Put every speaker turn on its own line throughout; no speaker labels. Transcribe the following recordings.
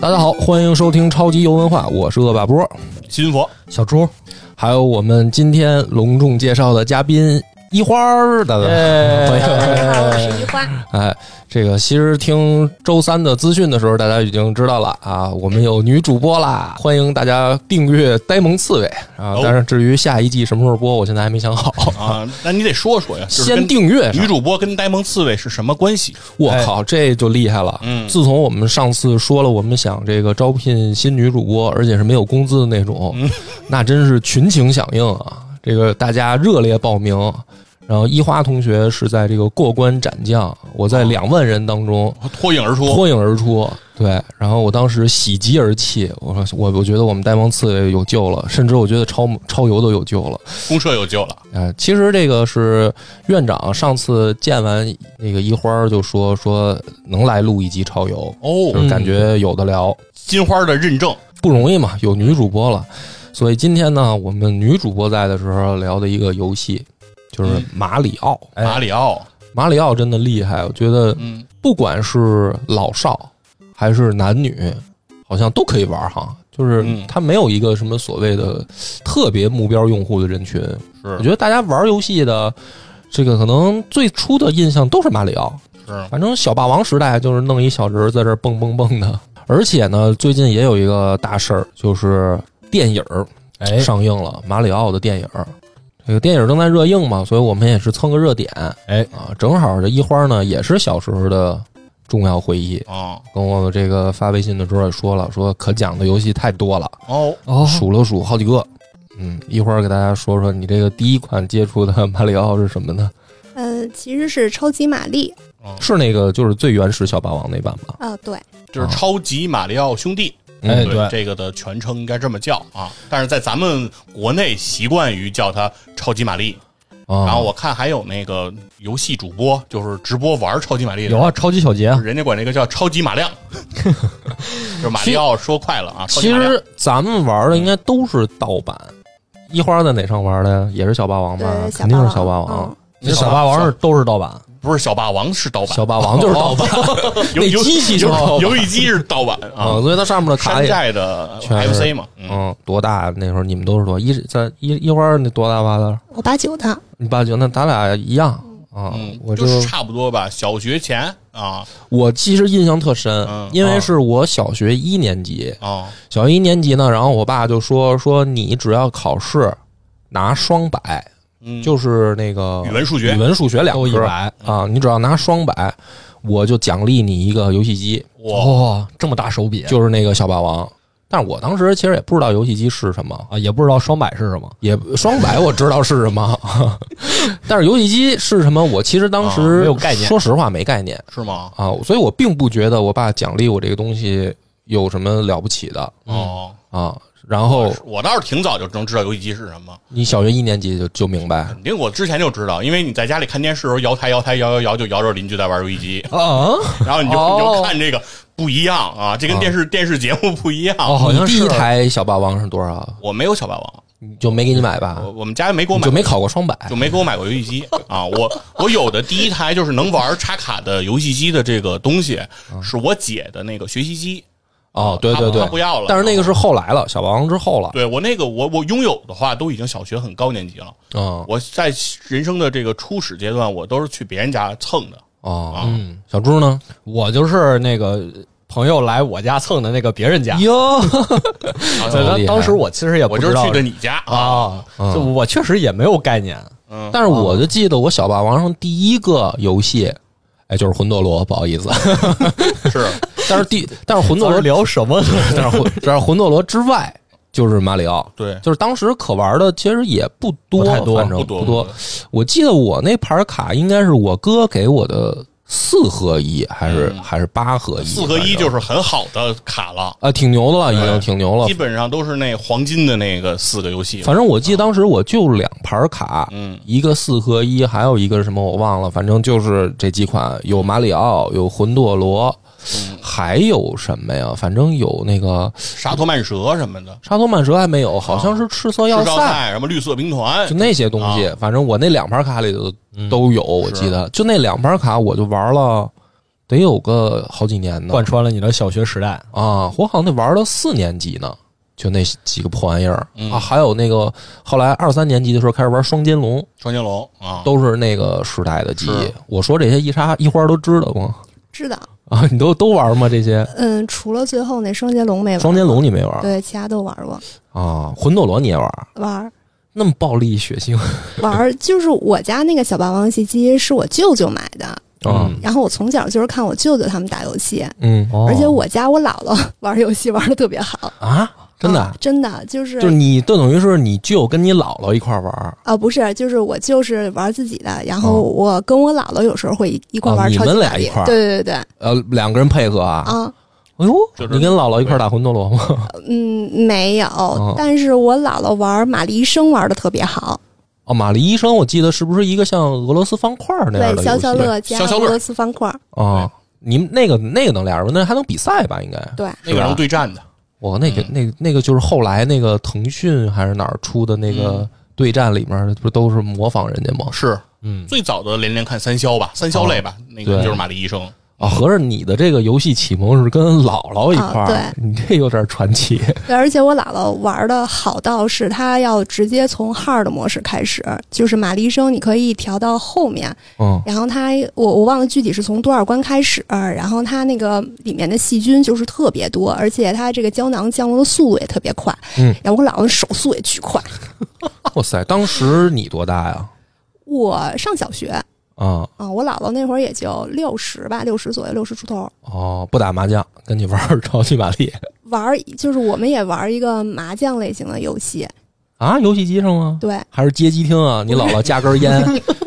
大家好，欢迎收听超级游文化，我是恶霸波，
金佛
小猪，还有我们今天隆重介绍的嘉宾一花儿的。 欢迎
大家好，我是呃一花。
哎，这个其实听周三的资讯的时候，大家已经知道了啊，我们有女主播啦，欢迎大家订阅《呆萌刺猬》啊
哦。
但是至于下一季什么时候播，我现在还没想好。
啊，那你得说说呀，就是
先
跟哎
订阅上
女，主播跟呆萌刺猬是什么关系？
我靠，这就厉害了。
嗯
自从我们上次说了，我们想这个招聘新女主播，而且是没有工资的那种， 那真是群情响应啊！这个大家热烈报名。然后一花同学是在这个过关斩将，我在两万人当中。
脱颖而出，
脱颖而出。对，然后我当时喜极而泣，我说我我觉得我们呆萌刺猬有救了，甚至我觉得超超游都有救了。
公社有救了。
啊，其实这个是院长上次见完那个一花儿就说说能来录一集超游，
哦
就是感觉有的聊，
金花的认证，
不容易嘛，有女主播了。所以今天呢，我们女主播在的时候聊的一个游戏就是
嗯
马里奥，
哎
马里奥，
马里奥真的厉害，我觉得
嗯，
不管是老少还是男女，好像都可以玩哈。就是
嗯
它没有一个什么所谓的特别目标用户的人群。
是
我觉得大家玩游戏的这个可能最初的印象都是马里奥，
是
反正小霸王时代就是弄一小人儿在这儿蹦蹦蹦的。而且呢，最近也有一个大事儿，就是电影儿
哎，
上映了，马里奥的电影儿。这个电影正在热映嘛，所以我们也是蹭个热点。
哎
啊，正好这一花呢也是小时候的重要回忆。
啊，
跟我这个发微信的时候也说了，说可讲的游戏太多了，
哦，
哦
数了数好几个。嗯，一会儿给大家说说你这个第一款接触的马里奥是什么呢？
呃，其实是超级玛丽
嗯
是那个就是最原始小霸王那版吧？
啊、对，
就是超级马里奥兄弟，
哎
嗯
对
这个的全称应该这么叫啊。但是在咱们国内习惯于叫它超级玛丽。
啊，
然后我看还有那个游戏主播，就是直播玩超级玛丽的，
有啊，超级小杰啊，
人家管这个叫超级马亮，就是马里奥说快了啊。超级
其
马亮
实咱们玩的应该都是盗版。一花在哪上玩的呀？也是小霸王吧
对，？
肯定是小霸
霸嗯
王。
那小霸王是都是盗版，
不是小霸王是盗 版，
小霸王就是盗版
游
那
游
机器就是盗版
游戏机是盗版
啊，
啊，
所以它上面的卡
山
也
寨的
全是
FC 嘛，嗯，
嗯多大？那时候你们都是多一在一一花那多大吧的？
我八九的，
你八九，那咱俩一样啊。
嗯
我就
就是差不多吧，小学前啊
我其实印象特深
嗯，
因为是我小学一年级，
啊
小学一年级呢，然后我爸就说说你只要考试拿双百，
嗯，
就是那个
语文数学
语文数学两
都一
科
百。
啊，你只要拿双百，我就奖励你一个游戏机，
哇，
哇，这么大手笔，
就是那个小霸王。但是我当时其实也不知道游戏机是什么，
啊，也不知道双百是什么。
也双百 我知道是什么， 但是游戏机是什么，我其实当时、
啊没有概念
说实话没概念
是吗？
啊，所以我并不觉得我爸奖励我这个东西有什么了不起的
哦，
啊。然后
我倒是挺早就能知道游戏机是什么，
你小学一年级就就明白
肯定我之前就知道，因为你在家里看电视的时候摇台摇台摇摇摇，就摇着邻居在玩游 戏机，
啊，
然后你就
哦
你就看这个不一样啊，这跟
啊
电视电视节目不一样。
哦好像
你第一
是
台小霸王是多少？
我没有小霸王，
你就没给你买吧
我？我们家没给我
你
买
就没考过双百？
就没给我买过游戏 机啊。我我有的第一台就是能玩插卡的游戏机的这个东西，是我姐的那个学习机。
嗯哦，对
他
对对
他，不要了啊
但是那个是后来了，小霸王之后了。
对我那个我我拥有的话，都已经小学很高年级了。
嗯
我在人生的这个初始阶段，我都是去别人家蹭的。
哦，嗯，小猪呢？
我就是那个朋友来我家蹭的那个别人家。
哟，
啊
对，
哦厉
当
害
当时我其实也不
我就
知
是
道
去的你家啊，
啊，
嗯
就我确实也没有概念。
嗯，
但是啊我就记得我小霸王上第一个游戏，哎，就是魂斗罗，不好意思。
是
但是第但是魂斗
咱
罗
们，聊什么呢？
但是魂但是魂斗罗之外就是马里奥，
对，
就是当时可玩的其实也 不多，
不太多
反正
不
多。
多
我记得我那盘卡应该是我哥给我的四合一，还是、
嗯
还是八合一？
四合一
反正
就是很好的卡了，
啊，挺牛的了，已经
对
挺牛了
基。本上都是那黄金的那个四个游戏。
反正我记得当时我就两盘卡，
嗯，
一个四合一，还有一个是什么我忘了，反正就是这几款，有马里奥，有魂斗罗，还有什么呀？反正有那个
沙头曼蛇什么的，
沙头曼蛇还没有，好像是啊赤色要
制
塞，啊
造赛什么绿色兵团
就，那些东西。嗯反正我那两盘卡里头都有，我记得就那两盘卡我就玩了。得有个好几年呢
贯穿了你的小学时代。
啊！我好像那玩到四年级呢，就那几个破玩意儿、
嗯
啊，还有那个后来二三年级的时候开始玩双金龙，
双截龙啊，
都是那个时代的记忆
是。
我说这些一沙一花都知道吗？
知道。
啊，你都都玩吗？这些
嗯，除了最后那双截龙没玩，
双截龙你没玩
对，其他都玩过，
啊？魂斗罗你也玩？
玩儿
那么暴力血腥
玩儿。就是我家那个小霸王游戏机是我舅舅买的，
嗯
啊？
然后我从小就是看我舅舅他们打游戏，
嗯
哦
而且我家我姥姥玩游戏玩的特别好，
啊，真的啊
啊真的就是
就是你，这等于是你舅跟你姥姥一块儿玩儿，
啊，不是，就是我就是玩自己的，然
哦
后我跟我姥姥有时候会一一块
哦
玩
你
超级
们
玛
俩一
丽
块儿
对对对对，
呃，两个人配合啊。
啊，
哎呦，
就是
你跟姥姥一块儿打魂斗罗吗？
嗯，没有，但是我姥姥玩玛丽医生玩的特别好，
哦，玛丽医生，我记得是不是一个像俄罗斯方块儿那样
对，
的
消
游戏
消乐加
消消
俄
乐
罗斯方块，
啊？你们那个那个能俩人玩，那还能比赛吧？应该
对，
那个
是吧
能对战的，
我那个
嗯
那个那个就是后来那个腾讯还是哪儿出的那个
嗯
对战里面儿，不都是模仿人家吗？
是
嗯，
最早的连连看三消吧，三消类吧，那个
嗯对
就是玛丽医生。
啊，合着你的这个游戏启蒙是跟姥姥一块儿，
啊
你这有点传奇。
对，而且我姥姥玩的好到是她要直接从 hard 模式开始，就是玛丽医生你可以调到后面，
嗯，
然后她我我忘了具体是从多少关开始，然后它那个里面的细菌就是特别多，而且它这个胶囊降落的速度也特别快，
嗯，
然后我姥姥手速也巨快，
哇塞，当时你多大呀？
我上小学啊、
啊
我姥姥那会儿也就六十吧，六十左右，六十出头。
哦，不打麻将，跟你玩儿超级玛丽
玩儿就是我们也玩儿一个麻将类型的游戏，
啊？游戏机上吗？
对，
还是街机厅啊？你姥姥夹根烟，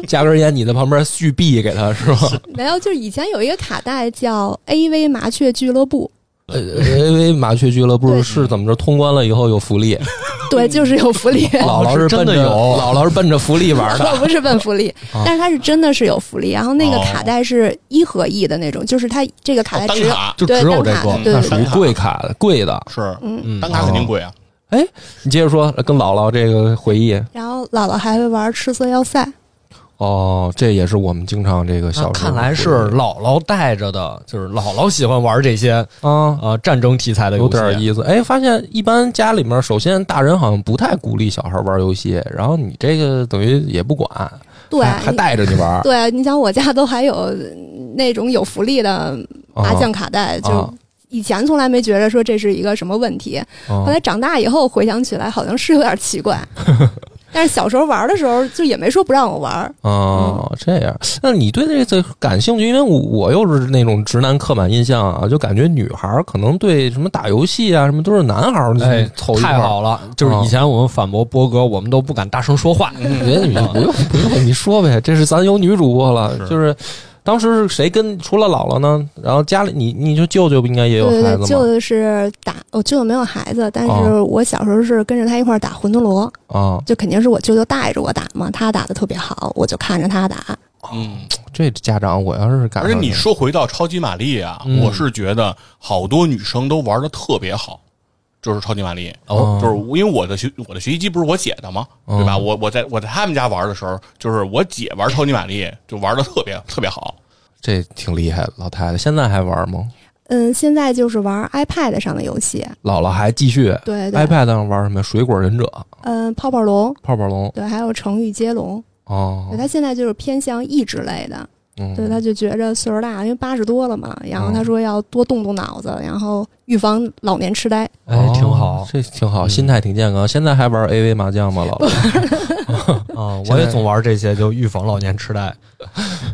夹根烟，你在旁边续币给他是吧？
没有，就是以前有一个卡带叫 AV 麻雀俱乐部，
呃，因为麻雀俱乐部
对
是怎么着？通关了以后有福利，
对，就是有福利。
姥姥
哦是
奔
真的
着
有
姥姥是奔着福利玩 的。
我 不是奔福利，
啊
但是它是真的是有福利。然后那个
哦
卡带是一合一的那种，就是它这个卡
哦
带
单
只有、
卡
就
对
只有这
单卡
个，
对
那
对
属于
对，
贵卡的贵的。
是
嗯。
嗯
单卡肯定贵啊，
你接着说，跟姥姥这个回忆
然后姥姥还会玩赤色要塞，
哦，这也是我们经常这个小时
那
候
啊看来是
回忆
姥姥带着的，就是姥姥喜欢玩这些
啊，
呃战争题材的游戏。
有点意思。哎，发现一般家里面，首先大人好像不太鼓励小孩玩游戏，然后你这个等于也不管，
对，
哎还还带着你玩
对，你想我家都还有那种有福利的麻将卡带，
啊
就以前从来没觉得说这是一个什么问题，
啊
后来长大以后回想起来，好像是有点 奇怪。但是小时候玩的时候，就也没说不让我玩儿。
哦，这样，那你对这个感兴趣？因为我我又是那种直男刻板印象啊，就感觉女孩儿可能对什么打游戏啊，什么都是男孩儿
哎，
凑嗯一块
太
儿。嗯
好了！就是以前我们反驳波哥，我们都不敢大声说话。嗯
我觉得你不用不用，你说呗，这是咱有女主播了，
是
就是当时是谁跟除了姥姥呢？然后家里你你就舅舅不应该也
对
有
对
孩
对，
子吗？
就是打我舅舅没有孩子，但是
哦
我小时候是跟着他一块儿打魂斗罗，
啊，
就肯定是我舅舅带着我打嘛，他打的特别好，我就看着他打。
嗯，
这家长我要是赶
而
上
且你说回到超级玛丽啊，
嗯
我是觉得好多女生都玩的特别好，就是超级玛丽，
哦
就是因为我的学我的学习机不是我姐的吗？
嗯
对吧？我我在我在他们家玩的时候，就是我姐玩超级玛丽就玩的特别特别好，
这挺厉害的，老太太现在还玩吗？
嗯，现在就是玩 iPad 上的游戏，
姥姥还继续
对对，
iPad 上玩什么呀？水果忍者、
嗯，泡泡龙，
泡泡龙
对，还有成语接龙，
哦
对，他现在就是偏向益智类的，
嗯哦
对，他就觉着岁数大，因为八十多了嘛，然后他说要多动动脑子，然后预防老年痴呆。
哎，挺好
哦这挺好，
嗯
心态挺健康。现在还玩 AV 麻将吗？ 姥姥，
啊！
现
我
在
也总玩这些，就预防老年痴呆，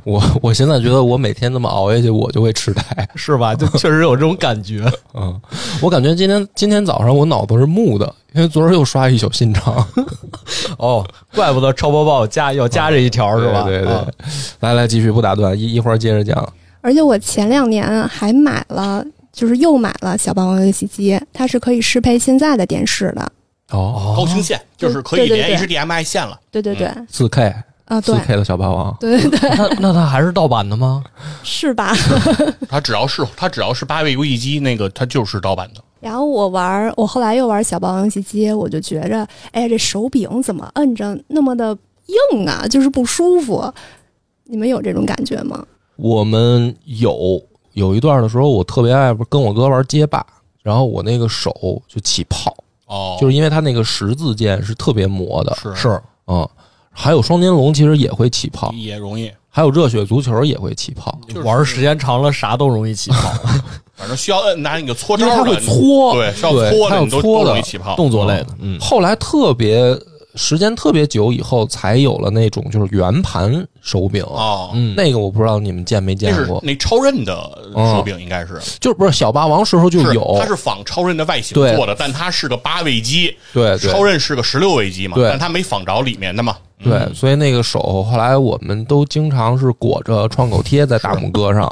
我我现在觉得我每天这么熬下去，我就会痴呆。
是吧？就确实有这种感觉。
嗯，我感觉今天今天早上我脑子是木的，因为昨儿又刷一宿新章，
哦，怪不得超播报加要加这一条是吧？
对对对
啊
来来，继续不打断，一一会儿接着讲。
而且我前两年还买了，就是又买了小霸王游戏机，它是可以适配现在的电视的。
哦
高清线就是可以
对对
连
对
HDMI 线了。
对对对，
四 K
啊
嗯四
对
K 的小霸王，
对对对，
那那它还是盗版的吗？
是吧？
它只要是它只要是八位游戏机，那个它就是盗版的。
然后我玩儿，我后来又玩儿小霸王游戏机，我就觉着，哎，这手柄怎么摁着那么的硬啊，就是不舒服。你们有这种感觉吗？
我们有，有一段的时候，我特别爱跟我哥玩街霸，然后我那个手就起泡，
哦，
就是因为它那个十字键是特别磨的，
是
是
嗯，还有双金龙其实也会起泡，
也容易，
还有热血足球也会起泡，
就是
玩儿时间长了，啥都容易起泡。
反正需要摁拿你个搓
因
招
为它会
的，
搓，
对，需要
对
搓
它
的，
有
你都
搓
都
的
容易起泡。
动作类的，嗯，
后来特别时间特别久以后，才有了那种就是圆盘手柄，
哦，
嗯
那个我不知道你们见没
那
见
是
过，
那超任的手柄应该是，
就是不是小霸王时候就是有，
它是仿超任的外形
对
做的，但它是个八位机，
对对
超任是个十六位机嘛，
对
但它没仿着里面的嘛。嗯
对，所以那个手后来我们都经常是裹着创口贴在大拇哥上，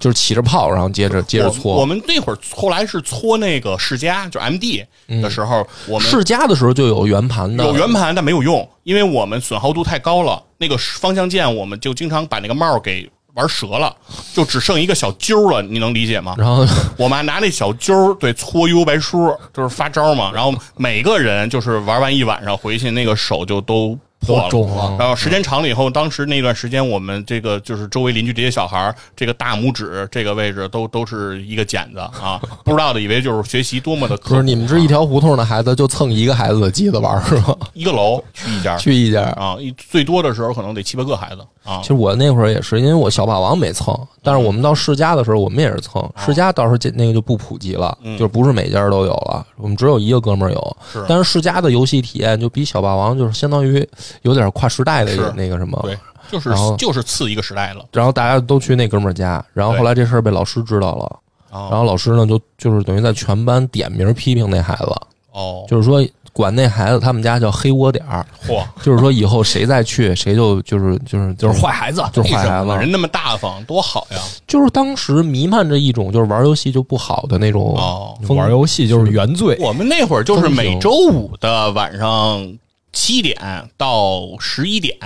就是起着泡，然后接着接着
我我
搓。
们那会儿后来是搓那个世嘉，就 MD 的时候，我们
世嘉的时候就有圆盘嗯的，
有圆盘，但没有用，因为我们损耗度太高了。那个方向键，我们就经常把那个帽儿给玩折了，就只剩一个小揪儿了，你能理解吗？
然后
我们还拿那小揪儿对搓幽白书，就是发招嘛。然后每个人就是玩完一晚上回去，那个手就都破
都
了。
肿了。
然后时间长了以后，当时那段时间，我们这个就是周围邻居这些小孩儿，这个大拇指这个位置都都是一个茧子 啊，不知道的以为就是学习多么的刻苦啊
不是你们这一条胡同的孩子就蹭一个孩子的机子玩儿是吗？
一个 楼去一家
去一家。
啊，一最多的时候可能得七八个孩子啊
其。实我那会儿也是，因为我小霸王没蹭，但是我们到世嘉的时候，我们也是蹭。世嘉倒是这那个就不普及了，
哦嗯
就是不是每家都有了，我们只有一个哥们儿有。
是啊
但是世嘉的游戏体验就比小霸王就是相当于有点跨时代的一个
是
那个什么，
对，就是
啊然后
就是次一个时代了
然后大家都去那哥们儿家，然后
对
后来这事儿被老师知道了，然
啊。
后老师呢就就是等于在全班点名批评那孩子，
哦，
就是说管那孩子他们家叫黑窝点儿，
嚯，
就是说以后谁再去谁就就是就是就是坏，
孩子，
就是
为
坏
什
孩
么
子，
人那么大方，多好呀！
就是当时弥漫着一种就是玩游戏就不好的那种
哦
风
玩游戏就是原罪，
我们那会儿就是
风
每
评
周五的晚上七点到十一点，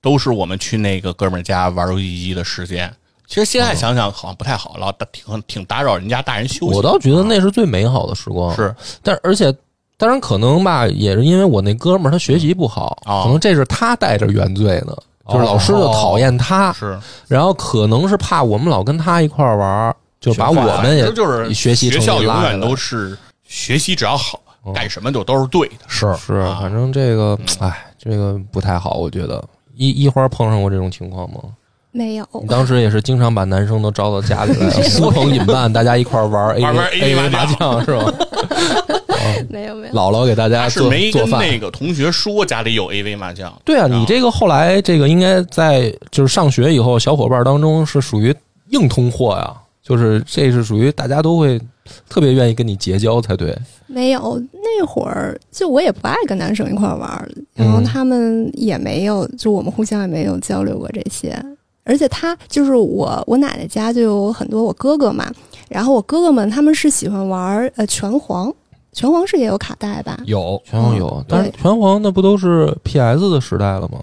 都是我们去那个哥们儿家玩游戏机的时间。其实现
嗯
在想想好像不太好，老打挺挺打扰人家大人休息。啊
我倒觉得那是最美好的时光，
是，
但而且。当然，可能吧，也是因为我那哥们儿他学习不好，
哦
可能这是他带着原罪呢，就是老师就讨厌他，
是
然后可能是怕我们老跟他一块儿玩儿，就把我们
这
也
就是
学习
学
成
校
绩
永
拉嗯
远
了
都是学习，只要好干什么就都是对的。
是
是，
啊
反正这个，哎，这个不太好，我觉得。一一花碰上过这种情况吗？
没有，
你当时也是经常把男生都招到家里来，啊呼朋引伴，大家一块儿玩儿 A
玩玩
A
AV
麻
麻
将是吧？
没有没有，
姥姥给大家
他是
做
没
哎做
跟
饭。
那个同学说家里有 AV 麻将，
对啊，
然后
你这个后来这个应该在就是上学以后，小伙伴当中是属于硬通货呀，就是这是属于大家都会特别愿意跟你结交才对。
没有，那会儿就我也不爱跟男生一块儿玩儿，然后
嗯
他们也没有，就我们互相也没有交流过这些。而且他就是我，我奶奶家就有很多我哥哥嘛，然后我哥哥们他们是喜欢玩儿呃拳皇，拳皇是也有卡带吧？
有
拳皇有，啊但是拳皇那不都是 PS 的时代了吗？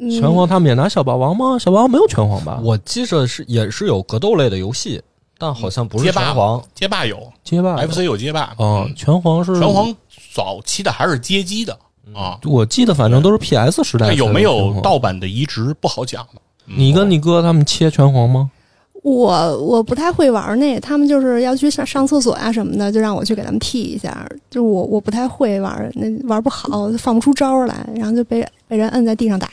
嗯、
拳皇他们也拿小霸王吗？小霸王没有拳皇吧？
我记着是也是有格斗类的游戏，但好像不是
街霸
拳皇，
街霸有
街霸
，FC 有街霸，嗯
哦，拳皇啊是嗯
拳，皇早期的还是街机的啊。
我记得反正都是 PS 时代
那
才
有没
拳
有
皇
盗版的移植不好讲嗯
你跟你哥他们切拳皇吗？
我我不太会玩儿那，他们就是要去上上厕所啊什么的，就让我去给他们替一下。就我我不太会玩儿，那玩儿不好，放不出招儿来，然后就被被人摁在地上打。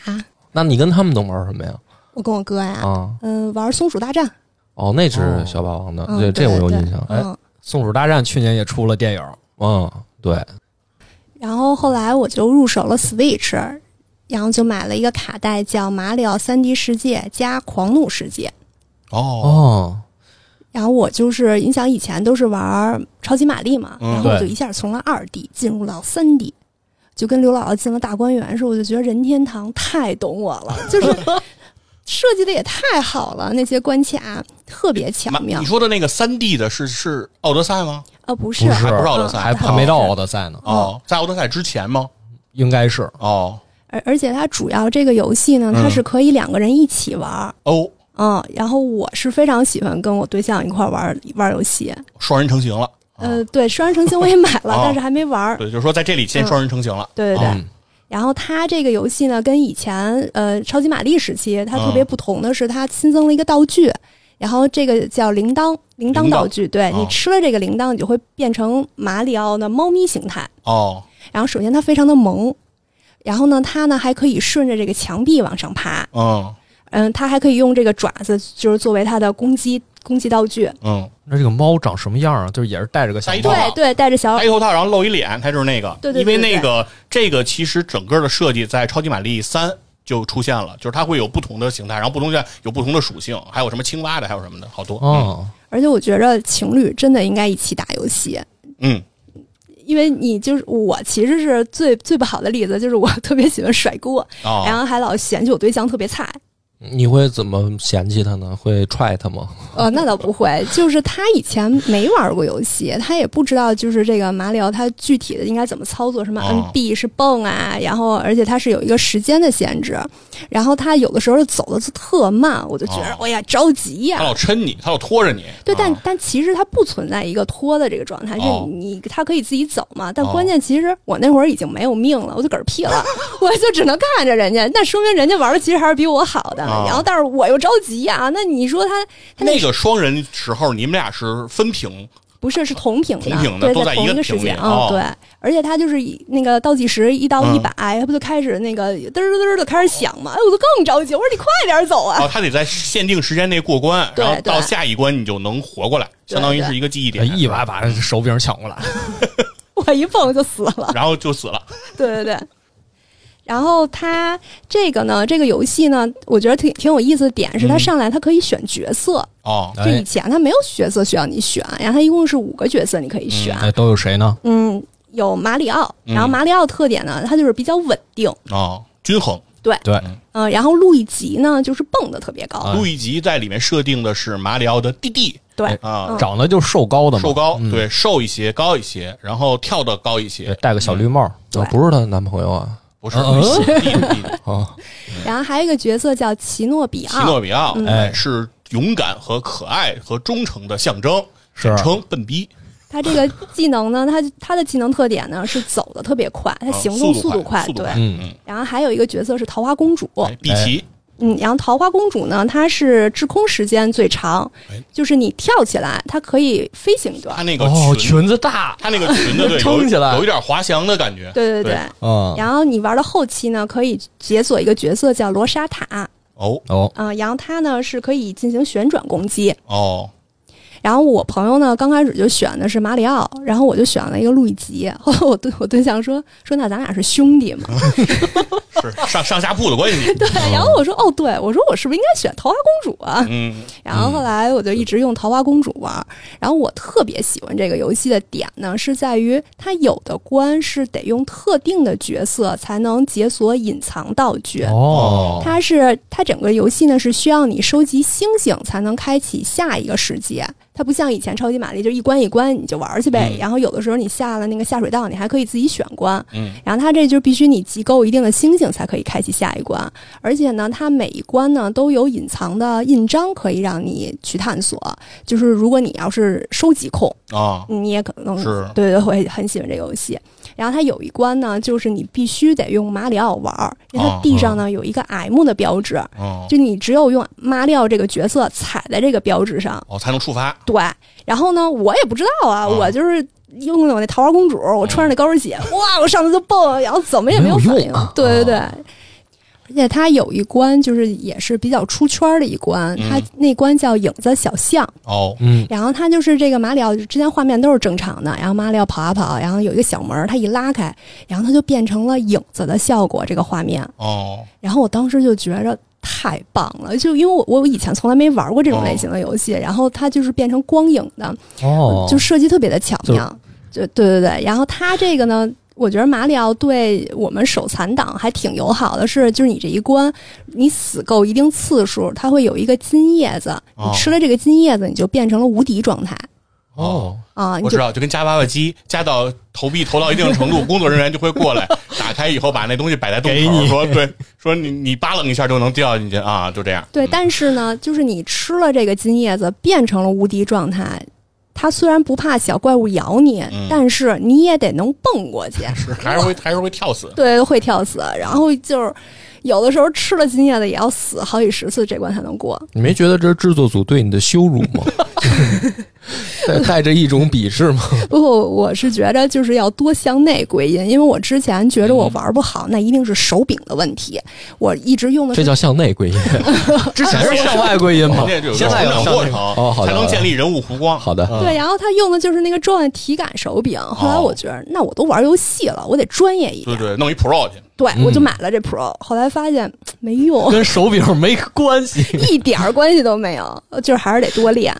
那你跟他们能玩什么呀？
我跟我哥呀，
啊，
嗯、玩儿松鼠大战，
哦，那是小霸王的，
嗯，
对，
对
这我有
对
印象。
哎
嗯，
松鼠大战去年也出了电影，
嗯，对，
然后后来我就入手了 Switch，然后就买了一个卡带，叫《马里奥三 D 世界》加《狂怒世界》。
哦，
哦，
然后我就是，你想以前都是玩儿超级玛丽嘛，
嗯
然后我就
对
一下从了二 D 进入到三 D，就跟刘姥姥进了大观园似的，我就觉得任天堂太懂我了， 就是设计的也太好了，那些关卡特别巧
妈
妙
你。说的那个三 D 的是是奥德赛吗？
呃，不是，
不是
还不是奥德
嗯
赛，
哎
还
还
还没到
好
奥德赛呢，
哦，在奥德赛之前吗？
应该是
哦
而而且它主要这个游戏呢，它
嗯
是可以两个人一起玩儿，
哦，
嗯，然后我是非常喜欢跟我对象一块儿玩儿玩儿游戏。
双人成型了。
呃，对，双人成行我也买了，
哦
但是还没玩儿。
对，就是说在这里先
嗯
双人成型了。
对对对。
嗯
然后它这个游戏呢，跟以前呃超级玛丽时期它
嗯
特别不同的是，它新增了一个道具。然后这个叫铃铛，铃
铃
铛
铛
道具，对、
哦
你吃了这个铃铛，你就会变成马里奥的猫咪形态。
哦，
然后首先它非常的萌，然后呢，它呢还可以顺着这个墙壁往上爬，
嗯
嗯，它还可以用这个爪子就是作为它的攻击攻击道具。
嗯，
那这个猫长什么样啊？就是也是戴着个小
戴一
帽
头
子
套
对对，带着小
戴一头套，然后露一脸，它就是那个。
对对对
因为
对
那个这个其实整个的设计在《超级玛丽三》就出现了，就是它会有不同的形态，然后不同的有不同的属性，还有什么青蛙的，还有什么的，好多。
哦，
而且我觉着情侣真的应该一起打游戏，
嗯，
因为你就是我，其实是最最不好的例子，就是我特别喜欢甩锅，
嗯哦，
然后还老嫌弃我对象特别菜。
你会怎么嫌弃他呢？会踹他吗？
呃，那倒不会，就是他以前没玩过游戏，他也不知道就是这个马里奥他具体的应该怎么操作，什么
哦
NB 是蹦啊，然后而且它是有一个时间的限制，然后他有的时候走的就特慢，我就觉得
哦
哎呀着急呀、
它老抻你，它老拖着你。
对，但
啊
但其实它不存在一个拖的这个状态，
哦
就你它可以自己走嘛。但
哦
关键其实我那会儿已经没有命了，我就嗝屁 了，我就只能看着人家。那说明人家玩的其实还是比我好的。
哦
然后，但是我又着急呀、那你说他他
那个双人时候，你们俩是分屏
不是是同频的，
同屏的
对，
都在
同
一个
个时
屏
间
里
啊、
哦
对。而且它就是以那个倒计时一到
嗯
一百、它不就开始那个嘚儿嘚儿嘚儿就开始响嘛？哎，我就更着急，我说你快点走啊！
哦，他得在限定时间内过关，
对
然后到
对
下一关你就能活过来，相当于
对
是一个记忆
哎
点，
一把把手柄抢过来，
我一蹦就死了。
然后就死了。
对 对对。然后它这个呢，这个游戏呢，我觉得挺挺有意思的点
嗯
是，它上来它可以选角色，
哦，
就
哎
以前它没有角色需要你选，然后它一共是五个角色你可以选，
哎，都有谁呢？
嗯有马里奥，
嗯
然后马里奥特点呢，它就是比较稳定，
哦，均衡。
对，
嗯、然后路易吉呢就是蹦的特别高，
路易吉在里面设定的是马里奥的弟弟
对
哎
啊，
嗯
长得就瘦高的嘛，
瘦高，
嗯
对，瘦一些，高一些，然后跳的高一
对
些，
戴个小绿帽，
对
啊，不是她男朋友啊
不是
嗯
弟弟
啊！
然后还有一个角色叫奇诺比
奇
奥，
诺比奥，
嗯
哎，是勇敢和可爱和忠诚的象征，
是啊
简称笨逼，
他这个技能呢，他他的技能特点呢是走的特别快，他
啊
行动
速
速度
快，
快，
速度
对。
嗯，
然后还有一个角色是桃花公主，
哎碧琪，
嗯，然后桃花公主呢，她是滞空时间最长
哎，
就是你跳起来，她可以飞行一段
她。那个
哦，
裙，
裙子大，
她那个裙子对，有
撑起来
有一点滑翔的感觉，
对对对。
对
嗯，
然后你玩到后期呢，可以解锁一个角色叫罗莎塔，啊、
哦
哦，
然后她呢是可以进行旋转攻击。
哦，
然后我朋友呢刚开始就选的是马里奥，然后我就选了一个路易吉。 后来我对我对象说说那咱俩是兄弟嘛？
是上上下铺的关系，
对。然后我说哦对，我说我是不是应该选桃花公主啊？
嗯，
然后后来我就一直用桃花公主玩儿，然后我特别喜欢这个游戏的点呢，是在于它有的关是得用特定的角色才能解锁隐藏道具，
哦，
它是它整个游戏呢是需要你收集星星才能开启下一个世界，它不像以前超级玛丽就一关一关你就玩儿去呗，
嗯
然后有的时候你下了那个下水道，你还可以自己选关，
嗯，
然后它这就必须你集够一定的星星才可以开启下一关，而且呢，它每一关呢都有隐藏的印章可以让你去探索，就是如果你要是收集控，
啊，
你也可能
是
对对会很喜欢这个游戏。然后它有一关呢，就是你必须得用马里奥玩儿，因为它地上呢有一个 M 的标志，
嗯，
就你只有用马里奥这个角色踩在这个标志上，
哦，才能触发，
对，然后呢，我也不知道啊，
嗯
我就是用了我那桃花公主，我穿上那高跟鞋，哇，我上去就蹦，然后怎么也有反
没有
应
用。
对对对，而且它有一关就是也是比较出圈儿的一关，
嗯
它那关叫影子小象，
哦，
嗯，
然后它就是这个马里奥，之前画面都是正常的，然后马里奥跑啊跑，然后有一个小门儿，它一拉开，然后它就变成了影子的效果这个画面，
哦，
然后我当时就觉着太棒了，就因为我我以前从来没玩过这种类型的游戏，然后它就是变成光影的，
哦，
就设计特别的巧妙，就对对对。然后它这个呢，我觉得马里奥对我们手残党还挺友好的是，就是你这一关你死够一定次数，它会有一个金叶子，你
哦
吃了这个金叶子，你就变成了无敌状态
哦。
啊，你
我知
就。
道，就跟加娃娃机，加到投币投到一定程度，工作人员就会过来，打开以后把那东西摆在洞
给
口，
你
说对，说你你扒楞一下就能掉进去啊，就这样。
对，
嗯
但是呢，就是你吃了这个金叶子，变成了无敌状态，它虽然不怕小怪物咬你，
嗯
但是你也得能蹦过去，
是啊还是会还是会跳死。
对，会跳死。然后就是有的时候吃了经验的也要死好几十次，这关才能过。
嗯
你没觉得这是制作组对你的羞辱 吗？带带着一种鄙视吗？
不过我是觉得就是要多向内归因，因为我之前觉得我
嗯
玩不好，那一定是手柄的问题。我一直用的
这
是
叫向内归因。之前是向外归因吗？
这就有
现在有
成
上
长过
那
程
个
哦好的
才能建立人物弧光。
好的，
嗯
对，然后他用的就是那个专业体感手柄。后
哦
来我觉得，那我都玩游戏了，我得专业一
对
点。
对，弄一 Pro 去，
对
嗯
我就买了这 Pro。后来发现没 用，
跟手柄没关系。
一点儿关系都没有，呃就是还是得多练。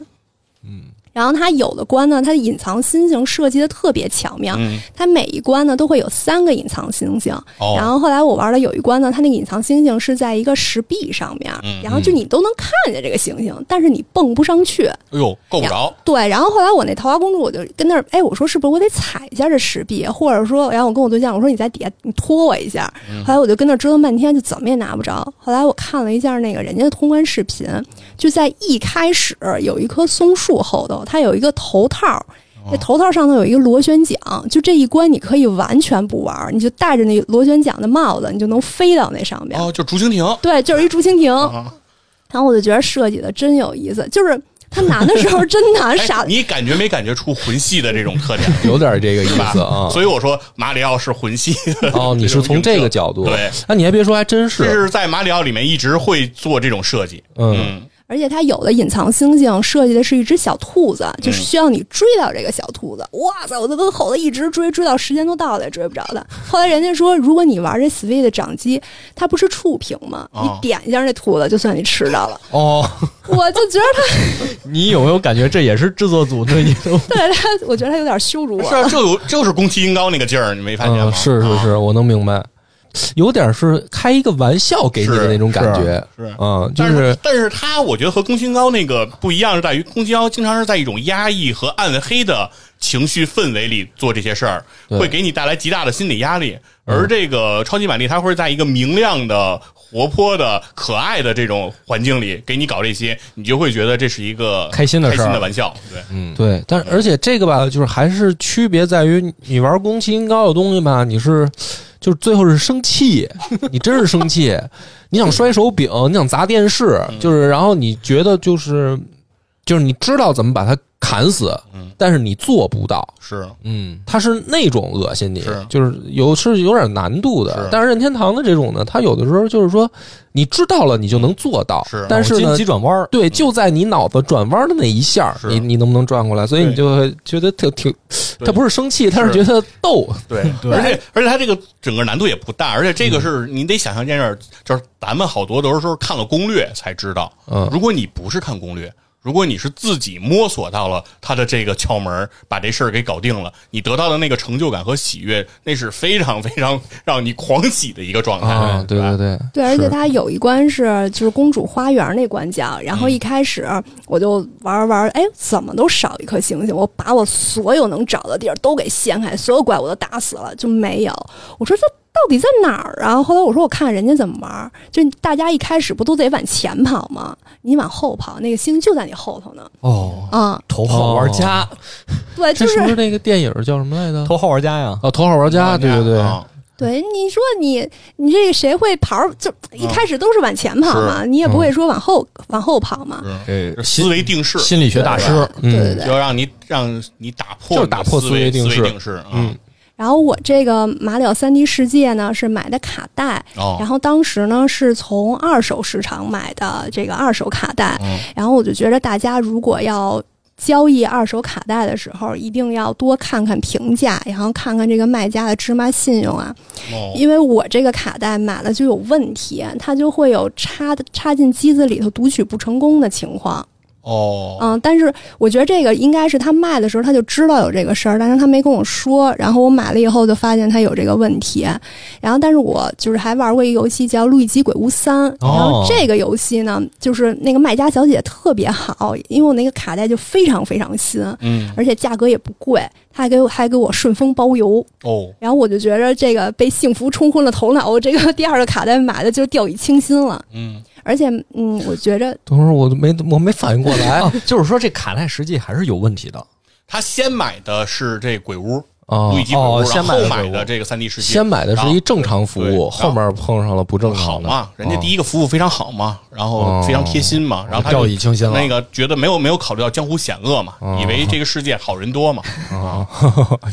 嗯，
然后它有的关呢，它的隐藏心形设计的特别巧妙，
嗯，
它每一关呢都会有三个隐藏星星。
哦
然后后来我玩的有一关呢，它那个隐藏星星是在一个石壁上面，
嗯
然后就你都能看见这个星星，但是你蹦不上去。
哎呦，够不着，
对，然后后来我那桃花公主，我就跟那儿，哎，我说是不是我得踩一下这石壁，或者说，然后我跟我对象我说你在底下你拖我一下，
嗯
后来我就跟那儿折腾半天，就怎么也拿不着。后来我看了一下那个人家的通关视频，就在一开始有一棵松树后头，它有一个头套。
哦
那头套上头有一个螺旋桨，就这一关你可以完全不玩儿，你就戴着那螺旋桨的帽子，你就能飞到那上面。
哦，就竹蜻蜓，
对，就是一竹蜻蜓。
啊
然后我就觉得设计的真有意思，就是它难的时候真
哎
难，傻
你感觉没感觉出魂系的这种 特点？
有点这个意
吧
思啊。
所以我说马里奥是魂系的，
哦，你是从这个角度，
对，
那你还别说，还真
这
是，
是在马里奥里面一直会做这种设计。
嗯，
嗯，
而且它有的隐藏星星设计的是一只小兔子，就是需要你追到这个小兔子。哇塞，我都跟猴子一直追，追到时间都到了也追不着它。后来人家说，如果你玩这 Switch 的掌机，它不是触屏吗？
哦
你点一下那兔子，就算你吃到了。
哦，
我就觉得
你有没有感觉这也是制作组对你 的？
它对它，我觉得它有点羞辱
是啊，
我。
这有就是宫崎英高那个劲儿，你没发现吗？
嗯，是是是，我能明白，有点是开一个玩笑给你的那种感觉，
是是
嗯，就
但
是
但是他我觉得和宫崎英高那个不一样，是在于宫崎英高经常是在一种压抑和暗黑的情绪氛围里做这些事儿，
对
会给你带来极大的心理压力。而这个超级玛丽，它会在一个明亮的、活泼的、可爱的这种环境里给你搞这些，你就会觉得这是一个
开心的
开
事儿嗯
心的玩笑。对，
对，但是而且这个吧，
嗯
就是还是区别在于，你玩宫崎英高的东西吧，你是就是最后是生 气，你真是生气，你想摔手柄，你想砸电视，
嗯
就是然后你觉得就是就是你知道怎么把它砍死
嗯，
但是你做不到。
是
嗯，
它是那种恶心你，
是
就是有是有点难度的
是。
但是任天堂的这种呢，它有的时候就是说，你知道了你就能做到，
是
但是呢哦
急，哦转弯儿，
对，就在你脑子转弯的那一下儿，
是
你你能不能转过来？所以
对
你就会觉得挺挺，
对
他不是生气，他是
是
觉得逗，
对，
对
而且而且它这个整个难度也不大，而且这个
嗯
是你得想象一件事儿，就是咱们好多都是看了攻略才知道，
嗯，
如果你不是看攻略，如果你是自己摸索到了他的这个窍门儿，把这事儿给搞定了，你得到的那个成就感和喜悦，那是非常非常让你狂喜的一个状态。
啊，对
吧
对对，
对，而且
是
它有一关是就是公主花园那关叫，然
嗯
后一开始我就玩儿玩儿，哎，怎么都少一颗星星，我把我所有能找的地儿都给掀开，所有怪物都打死了，就没有。我说这到底在哪儿啊？后来我说我看人家怎么玩儿，就大家一开始不都得往前跑吗？你往后跑，那个星星就在你后头呢。
哦，
啊、
头号玩家，
对，就
这是不
是
是那个电影叫什么来着？
头号玩家呀，
哦，头号玩家，对对对，
啊
对，你说你你这个谁会跑儿？就
啊
一开始都是往前跑嘛，你也不
嗯
会说往后、往后跑嘛。
这
这嗯
心
思维定式
哎心理学大师，
嗯
对对对。
就要让你让你打破
就是
你的
打破
思
思维定式
定式啊。
嗯
然后我这个马里奥三 D 世界呢是买的卡带，然
哦，
后当时呢是从二手市场买的这个二手卡带，
嗯
然后我就觉得大家如果要。交易二手卡带的时候，一定要多看看评价，然后看看这个卖家的芝麻信用啊。
哦，
因为我这个卡带买了就有问题，它就会有插的插进机子里头读取不成功的情况。
哦，
嗯，但是我觉得这个应该是他卖的时候他就知道有这个事儿，但是他没跟我说。然后我买了以后就发现他有这个问题。然后，但是我就是还玩过一个游戏叫《路易吉鬼屋三》，然后这个游戏呢，就是那个卖家小姐特别好，因为我那个卡带就非常非常新，
嗯，
而且价格也不贵，他还给我还给我顺丰包邮。
哦，
然后我就觉着这个被幸福冲昏了头脑，我这个 第二个卡带买的就掉以轻心了。
嗯，
而且，嗯，我觉 着
哦
等会儿我都没我没反应过来，
就是说这卡带实际还是有问题的，
他先买的是这鬼屋，
啊
路易吉鬼屋，
哦，
然
先
后
买
后
的
买的
鬼屋
这个三 D 世界，
先买的是一正常服
对
务，
然
后面碰上了不正
好
常的。啊
嘛，人家第
一
一个服务非常好嘛，然
哦
后非常贴心嘛，然后他
掉
就
以轻心了。
那个觉得没有没有考虑到江湖险恶嘛，
哦
以为这个世界好人 多嘛，
啊，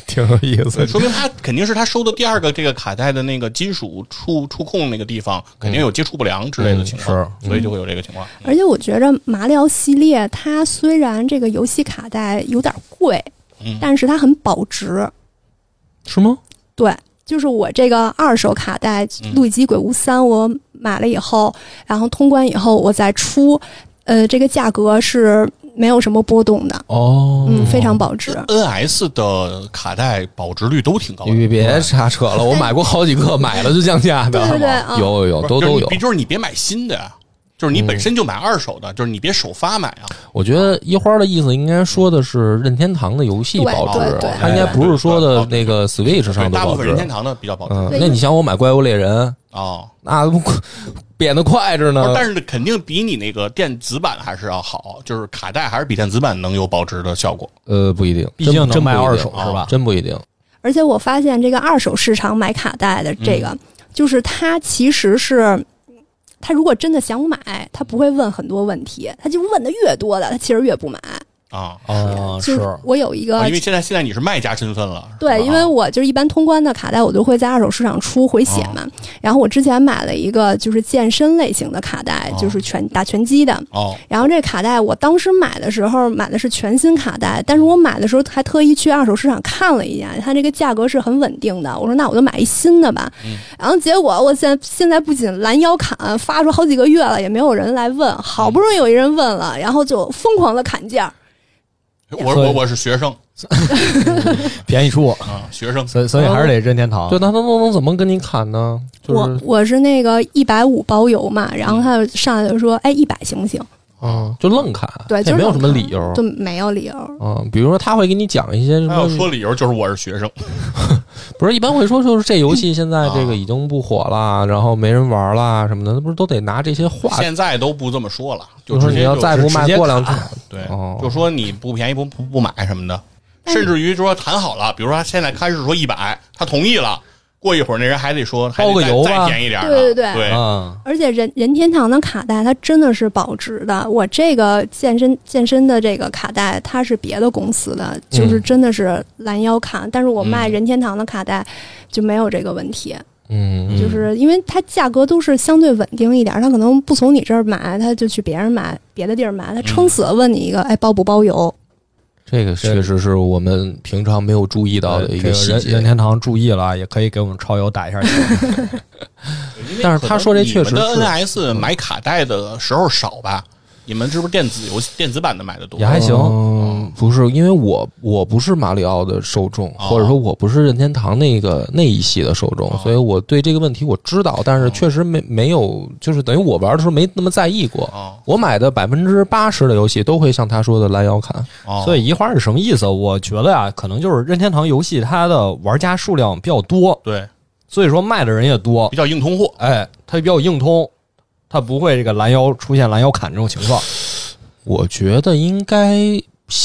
挺有意思。
说明他肯定是他收的第二个这个卡带的那个金属触触控那个地方肯定有接触不良之类的情况，
嗯嗯是
所以就会有这个情况。
而且我觉着马里奥系列，它虽然这个游戏卡带有点贵，
嗯
但是它很保值。
是吗？
对，就是我这个二手卡带
嗯
《路易吉鬼屋三》，我买了以后，然后通关以后我再出，呃，这个价格是没有什么波动的，
哦，
嗯，非常保值。
NS 呃的卡带保值率都挺高的，
你别瞎扯了，我买过好几个，买了就降价的，
嗯对对对啊
有有有，
不
都
是就是
都
你
有嗯
别。就是你别买新的，就是你本身就买二手的，就是你别首发买啊。
我觉得一花的意思应该说的是任天堂的游戏
对
保值啊
对对，
它应该不是说的
对
那个 Switch 上的
对大部
保
分任天
值。
堂的比较保值
嗯，
对
那你像我买怪物猎人，
哦，
那 不贬得快着呢
但。是肯定比你那个电子版还是要好，就是卡带还是比电子版能有保值的效果。
呃，不一定，
毕竟
真真
能卖
不一定
二手
啊
是吧？
真不一定。
而且我发现这个二手市场买卡带的这
嗯
个，就是他其实是。他如果真的想买，他不会问很多问题，他就问的越多的，他其实越不买。
啊，
啊，
就是是我有一个
啊因为啊现在现在你是卖家身份了，是
呃
吧
对，因为我就是一般通关的卡带，我都会在二手市场出回
啊
血嘛。然后我之前买了一个就是健身类型的卡带，
哦
就是拳打拳击的。
哦，
然后这卡带我当时买的时候买的是全新卡带，但是我买的时候还特意去二手市场看了一眼，它这个价格是很稳定的。我说那我就买一新的吧。
嗯
然后结果我现在现在不仅拦腰砍，发出好几个月了也没有人来问，好
嗯
不容易有一人问了，然后就疯狂的砍价。
我
所以
我我是学生
便宜出，
啊，学生
所以所以还是得任天堂。
对，那他能能怎么跟你砍呢？就
我
是
我是那个一百五包邮嘛，然
嗯
后他就上来就说：“哎，一百行不行
哦
啊，就愣砍，
对
也
就是
没有什么
愣
理由。？”
就没有理由。
啊，比如说他会给你讲一些什
他要
么
说理由就是我是学生，
不是一般会说就是这游戏现在这个已经不火啦，然后没人玩啦什么的，那不是都得拿这些话，
啊现在都不这么说了，就
就说
直
你
接
要
就
再
是
不卖
直接
过两天
对，
哦
就说你不便宜不不不买什么的，
但
甚至于说谈好了，比如说他现在开始说一百，他同意了，过一会儿那人还得说还得
包个
再
邮
再
吧
便宜点儿呢，
对对
对
对
啊，
而且任任天堂的卡带它真的是保值的，我这个健身健身的这个卡带它是别的公司的，就是真的是拦腰砍，但是我卖
嗯
任天堂的卡带就没有这个问题，
嗯，
就是因为它价格都是相对稳定一点，它可能不从你这儿买，它就去别人买别的地儿买，它
嗯
撑死了问你一个，哎，包不包邮？
这个确实是我们平常没有注意到的一
这
个细
任
节
任。天堂注意了啊，也可以给我们超友打一下 钱。
因为
但是
可
他
能
说这
你
确
们
实
的
是嗯
NS 买卡带的时候少吧？你们是不是电子游戏电子版的买的多
也？还行
嗯，不是，因为我我不是马里奥的受众，
哦
或者说我不是任天堂那个那一系的受众，
哦
所以我对这个问题我知道，但是确实没没有，就是等于我玩的时候没那么在意过。
哦
我买的百分之八十的游戏都会像他说的拦腰砍，
哦，
所以移花是什么意思？我觉得啊，可能就是任天堂游戏它的玩家数量比较多，
对
所以说卖的人也多
比，较硬通货。
哎，它比较硬通，它不会这个拦腰出现拦腰砍这种情况。
我觉得应该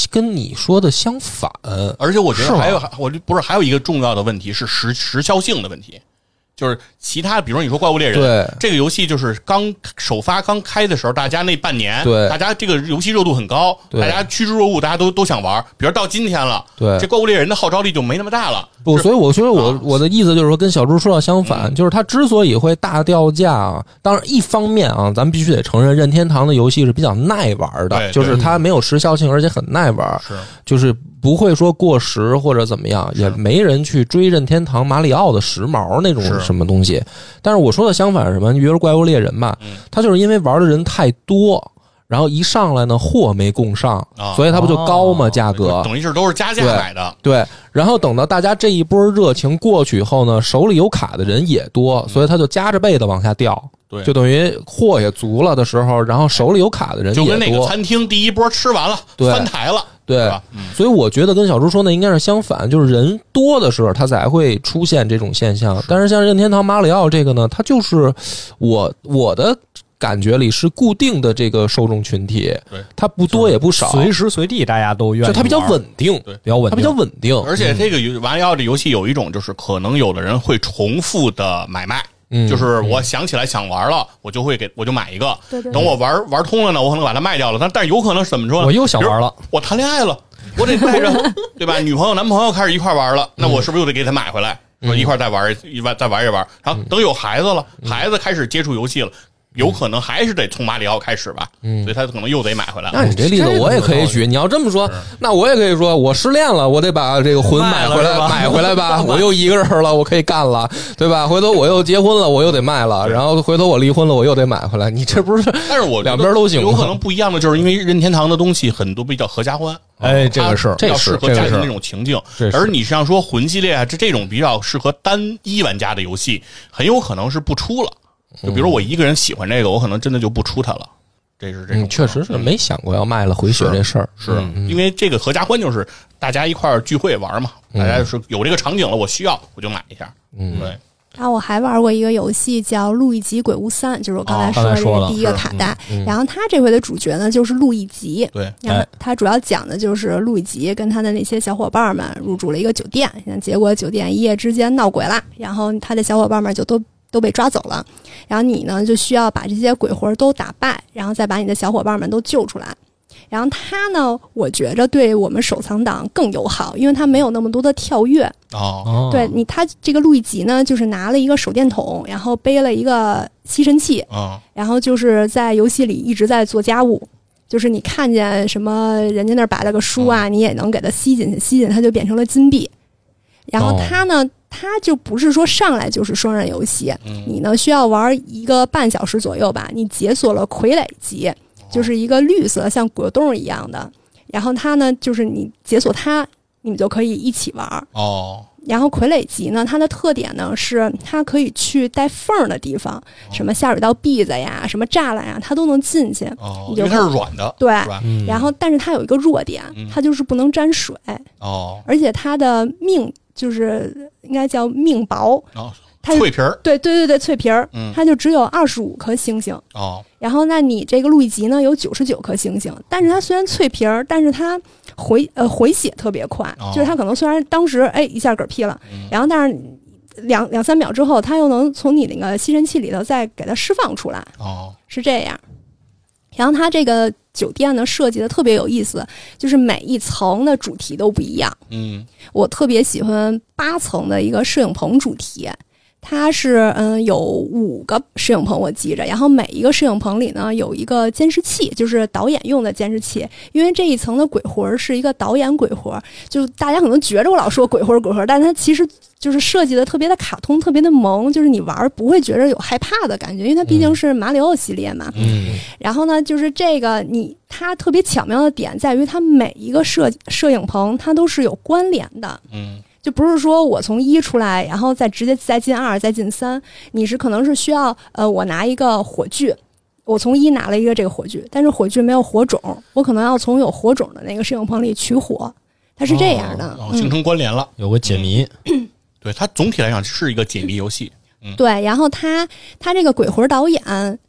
跟你说的相反。
而且我觉
是
得
吗
还有，还我就不是还有一个重要的问题是时时效性的问题，就是其他，比如说你说《怪物猎人》，
对
这个游戏就是刚首发刚开的时候，大家那半年，
对
大家这个游戏热度很高，
对
大家趋之若鹜，大家都都想玩。比如到今天了，
对
这《怪物猎人》的号召力就没那么大了。
不，
是
所以我觉得我、
啊嗯
我的意思就是说，跟小猪说的相反，就是它之所以会大掉价啊，当然一方面啊，咱们必须得承认，任天堂的游戏是比较耐玩的，
对
就是它没有时效性，而且很耐玩，
是
就是不会说过时或者怎么样，也没人去追任天堂马里奥的时髦那种
是
什么东西。但是我说的相反是什么？你比如说怪物猎人吧，
嗯
它就是因为玩的人太多。然后一上来呢，货没供上，
啊
所以它不就高吗？价格
等于是都是加价
对
买的，
对，然后等到大家这一波热情过去以后呢，手里有卡的人也多，所以他就夹着被子往下掉，
对
就等于货也足了的时候，然后手里有卡的人
就
也
跟那个
多，
餐厅第一波吃完了，
对哎
翻台了，是
对。
吧？嗯，
所以我觉得跟小猪说那应该是相反，就是人多的时候，它才会出现这种现象。但是像任天堂马里奥这个呢，它就是我我的感觉里是固定的这个受众群体，
对
它不多也不少，
随时随地大家都愿意
就
玩，
它比较稳定，
对
比较稳
它
定，
比较稳定，
而且这个游玩要这游戏有一种就是可能有的人会重复的买卖，
嗯
就是我想起来想玩了，我就会给我就买一个。
对对对
等我玩玩通了呢，我可能把它卖掉了。但但有可能是怎么说呢？
我又想玩了
比如我谈恋爱了，我得 带着对吧？女朋友男朋友开始一块玩了，那
嗯
我是不是又得给他买回来？说一块再玩一玩再玩一玩。然
嗯
后等有孩子了，孩子开始接触游戏了。有可能还是得从马里奥开始吧，嗯、所以他可能又得买回来了。
那哦你这例子我也可以举，你要这么说，那我也可以说，我失恋了，我得把这个魂买回来，
卖了是吧
买回来吧，我又一个人了，我可以干了，对吧？回头我又结婚了，我又得卖了，然后回头我离婚了，我又得买回来，你这不是？
但是我觉得
两边都行
有可能不一样的就是因为任天堂的东西很多比较合家欢，啊
哎，这个是
它比较适
啊这
合
是
家
这
庭
是
那种情境
这。是
而你像说魂系列啊，这这种比较适合单一玩家的游戏，很有可能是不出了。就比如
嗯
我一个人喜欢这个，我可能真的就不出它了。这是这种
嗯，确实是没想过要卖了回血这事儿，嗯
是因为这个合家欢就是大家一块儿聚会玩嘛，大家就是有这个场景了，我需要我就买一下。
嗯
对，
然后我还玩过一个游戏叫《路易吉鬼屋三》，就是我刚才
哦
说的
刚才说
这
了嗯
是第一个
是
卡带。然后他这回的主角呢就是路易吉，
对，
然后
哎
他主要讲的就是路易吉跟他的那些小伙伴们入住了一个酒店，结果酒店一夜之间闹鬼了，然后他的小伙伴们就都都被抓走了，然后你呢就需要把这些鬼魂都打败，然后再把你的小伙伴们都救出来。然后他呢，我觉着对我们收藏党更友好，因为他没有那么多的跳跃，
哦，
哦
对你，他这个路易吉呢，就是拿了一个手电筒，然后背了一个吸尘器，
嗯，
然后就是在游戏里一直在做家务。就是你看见什么人家那儿摆了个书啊，你也能给它吸进去，吸进去它就变成了金币。然后
哦
它呢，它就不是说上来就是双人游戏，
嗯
你呢需要玩一个半小时左右吧。你解锁了傀儡级，就是一个绿色像果冻一样的。然后它呢，就是你解锁它，你们就可以一起玩儿。
哦，
然后傀儡级呢，它的特点呢是它可以去带缝儿的地
哦
方，什么下水道篦子呀、什么栅栏呀，它都能进去。
哦，因
你就
为它是软的，
对，
是吧？
嗯
然后但是它有一个弱点
嗯，
它就是不能沾水，
哦，
而且它的命就是应该叫命薄，
哦，
它是
脆皮儿，
对对对对脆皮儿
嗯，
它就只有二十五颗星星。
哦，
然后，那你这个路易吉呢有九十九颗星星，但是它虽然脆皮儿，但是它回呃回血特别快，
哦
就是它可能虽然当时哎一下嗝屁了，然后但是两两三秒之后，它又能从你那个吸尘器里头再给它释放出来，
哦，
是这样。然后它这个酒店呢设计的特别有意思，就是每一层的主题都不一样。
嗯，
我特别喜欢八层的一个摄影棚主题，它是嗯有五个摄影棚我记着，然后每一个摄影棚里呢有一个监视器，就是导演用的监视器，因为这一层的鬼魂是一个导演鬼魂，就大家可能觉着我老说鬼魂鬼魂，但它其实就是设计的特别的卡通，特别的萌，就是你玩儿不会觉着有害怕的感觉，因为它毕竟是马里奥系列嘛，
嗯，
然后呢，就是这个你它特别巧妙的点在于，它每一个摄摄影棚它都是有关联的，
嗯，
就不是说我从一出来，然后再直接再进二，再进三，你是可能是需要呃，我拿一个火炬。我从一拿了一个这个火炬，但是火炬没有火种，我可能要从有火种的那个摄影棚里取火，它是这样的。
哦，
嗯
形成关联了。
有个解谜，
嗯
对它总体来讲是一个解谜游戏，
对，然后他他这个鬼魂导演，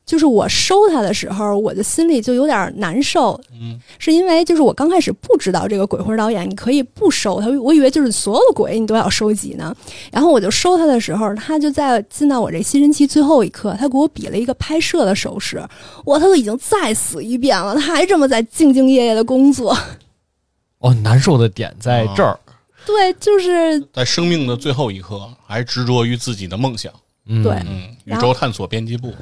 就是我收他的时候，我的心里就有点难受，
嗯，
是因为就是我刚开始不知道这个鬼魂导演，你可以不收他，我以为就是所有的鬼你都要收集呢。然后我就收他的时候，他就在进到我这吸尘器最后一刻，他给我比了一个拍摄的手势，哇，他都已经再死一遍了，他还这么在兢兢业业的工作，
哦，难受的点在这
啊
儿，
对，就是
在生命的最后一刻还执着于自己的梦想。
嗯，
对，
嗯，宇
然后
宙探索编辑部，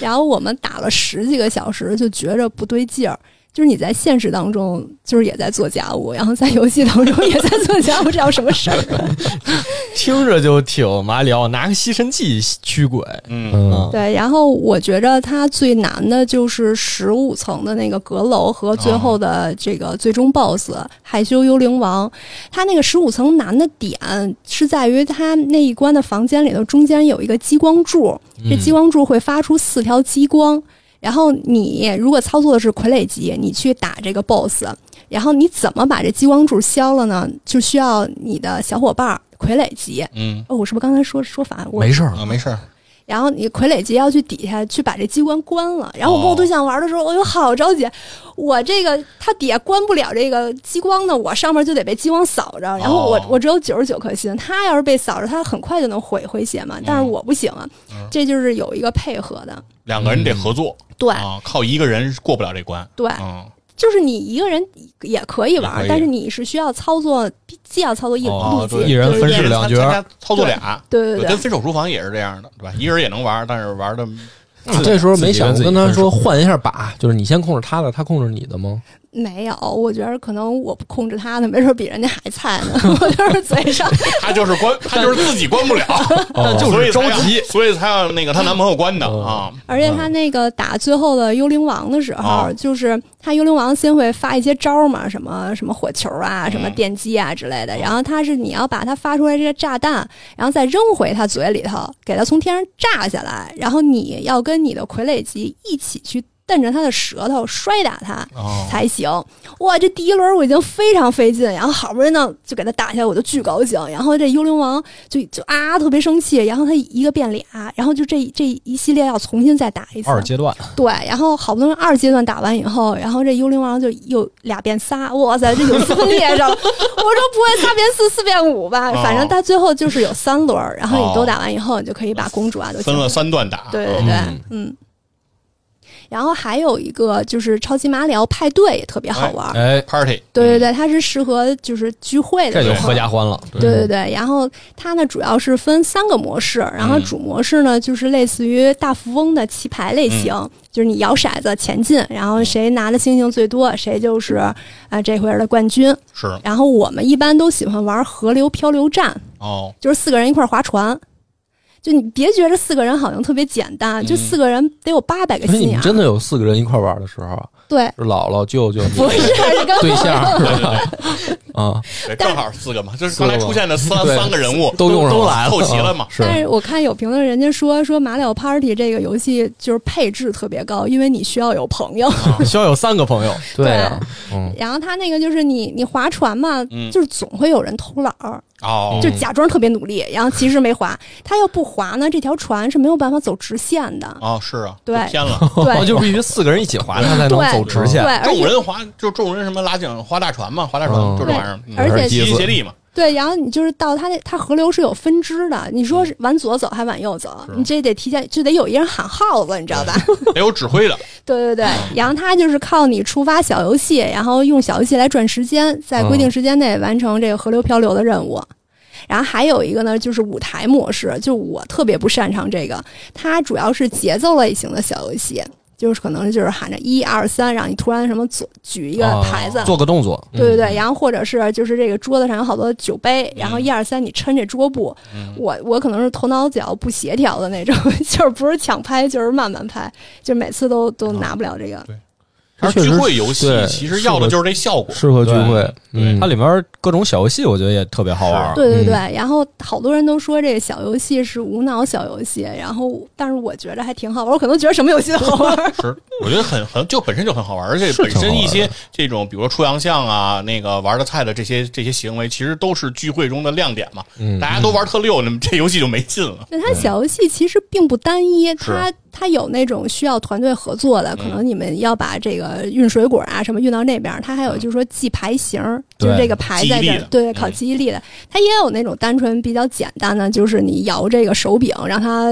然后我们打了十几个小时，就觉着不对劲儿。就是你在现实当中，就是也在做家务，然后在游戏当中也在做家务，这叫什么事儿？
听着就挺马里奥，拿个吸尘器驱鬼，啊
嗯
嗯，
对，然后我觉着它最难的就是十五层的那个阁楼和最后的这个最终 BOSS、害羞幽灵王。它那个十五层难的点是在于它那一关的房间里头中间有一个激光柱，这激光柱会发出四条激光。然后你如果操作的是傀儡级，你去打这个 BOSS，然后你怎么把这激光柱消了呢？就需要你的小伙伴儿傀儡级。
嗯
哦，我是不是刚才说说反了？我
没事儿，
啊，没事儿，
然后你傀儡机要去底下去把这机关关了。然后我跟我对象玩的时候，我就好着急，我这个它底下关不了这个激光呢，我上面就得被激光扫着。然后我、
哦
我只有九十九颗心，他要是被扫着，他很快就能回回血嘛。但是
嗯
我不行啊，这就是有一个配合的。
两个人得合作，
对、
啊，靠一个人过不了这关。
对，
嗯，
就是你一个人也可以玩，
也可以
但是你是需要操作，既要操作一
哦
路
啊对
径，
一人
就是
分
一
饰
人
两角
参参加操作俩，
对对
跟分手厨房也是这样的，对吧？一人也能玩，但是玩的
啊这时候没想跟他
自己
说换一下把，就是你先控制他的，他控制你的吗？
哎没有，我觉得可能我不控制他呢，没准比人家还菜呢。 我就是嘴上，
他就是关，他就是自己关不了，
哦
但
就是
所以才
着
要
急，
所以才要那个她男朋友关的
哦
啊。
而且他那个打最后的幽灵王的时候，
啊
就是他幽灵王先会发一些招儿嘛，什么什么火球啊，什么
嗯
电击啊之类的。然后他是你要把他发出来这个炸弹，然后再扔回他嘴里头，给他从天上炸下来，然后你要跟你的傀儡机一起去瞪着他的舌头摔打他。
哦
才行。哇，这第一轮我已经非常费劲，然后好不容易呢就给他打下来，我就巨高兴。然后这幽灵王就就啊特别生气，然后他一个变俩，然后就这这一系列要重新再打一次。
二阶段，
对，然后好不容易二阶段打完以后，然后这幽灵王就又俩变仨，哇塞，这有丝分裂 上了。我说不会三变四四变五吧，
哦
反正到最后就是有三轮，然后
哦
你都打完以后，你就可以把公主啊都
分
抢
了
走
三段打，
对
啊
对对，嗯。然后还有一个就是超级马里奥派对也特别好玩，儿，
哎，
，party，嗯
对对对，它是适合就是聚会的
这
时
就
候。
合家欢了。
对对对，然后它呢主要是分三个模式，然后主模式呢就是类似于大富翁的棋牌类型，就是你摇骰子前进，然后谁拿的星星最多，谁就是啊、这回的冠军。
是
然后我们一般都喜欢玩河流漂流战，
哦，
就是四个人一块儿划船。就你别觉得四个人好像特别简单，就四个人得有八百个
所以
心
你
眼
们
儿。
真的有四个人一块玩的时候，
对，
是姥姥、舅 舅、你
不是你跟
对象是
对
吧？啊，
对，
但
正好四个嘛，就是
四个
刚
嘛
才出现的三
对
三个人物
都用上
都
了，
来凑齐 了嘛。
是啊
但是我看有评论人家说说马里奥 Party 这个游戏就是配置特别高，因为你需要有朋友。
需要有三个 朋友，
对啊，嗯，
然后他那个就是你你划船嘛，
嗯
就是总会有人偷懒儿，
嗯
哦，
就假装特别努力，然后其实没划。他要不划呢，这条船是没有办法走直线的。
哦，是啊，
对
就偏了。
哦，
对
就必须四个人一起 滑，他才能
对
走直线
对，。而
众
且
人划就众人什么拉桨划大船嘛，划大船
嗯
就这玩意儿，嗯
而且
齐心协力嘛。
对，然后你就是到它那，它河流是有分支的。你说是往左走还往右走，
是
你这得提前就得有一人喊号子，你知道吧？
得有指挥 的，
对对对，然后它就是靠你触发小游戏，然后用小游戏来赚时间，在规定时间内完成这个河流漂流的任务。然后还有一个呢，就是舞台模式，就我特别不擅长这个，它主要是节奏类型的小游戏，就是可能就是喊着一二三，让你突然什么左举一个
哦
牌子，
做个动作，
对对对，然后或者是就是这个桌子上有好多酒杯，然后一二三你抻这桌布，我我可能是头脑脚不协调的那种， 就是不是抢拍就是慢慢拍，就每次都都拿不了这个。
而
确
聚
实
会游戏
对
其实要的就是这效果。
适合聚会，
对。
嗯
它里面各种小游戏，我觉得也特别好玩。
对对对，然后好多人都说这个小游戏是无脑小游戏，然后但是我觉得还挺好玩，我可能觉得什么游戏都好玩
是，我觉得很很就本身就很好玩，而且
是
本
挺好
身
玩
一些
的
这种，比如说出洋相啊，那个玩的菜的这些这些行为，其实都是聚会中的亮点嘛。
嗯，
大家都玩特溜，那么这游戏就没劲了。
那它小游戏其实并不单一，
嗯是嗯
它它有那种需要团队合作的，可能你们要把这个运水果啊什么运到那边儿，它还有就是说记牌型儿，
对
就是这个牌
嗯
在
记忆
这
力
儿
的，
对，
嗯
考记忆力的。它也有那种单纯比较简单的，就是你摇这个手柄，让它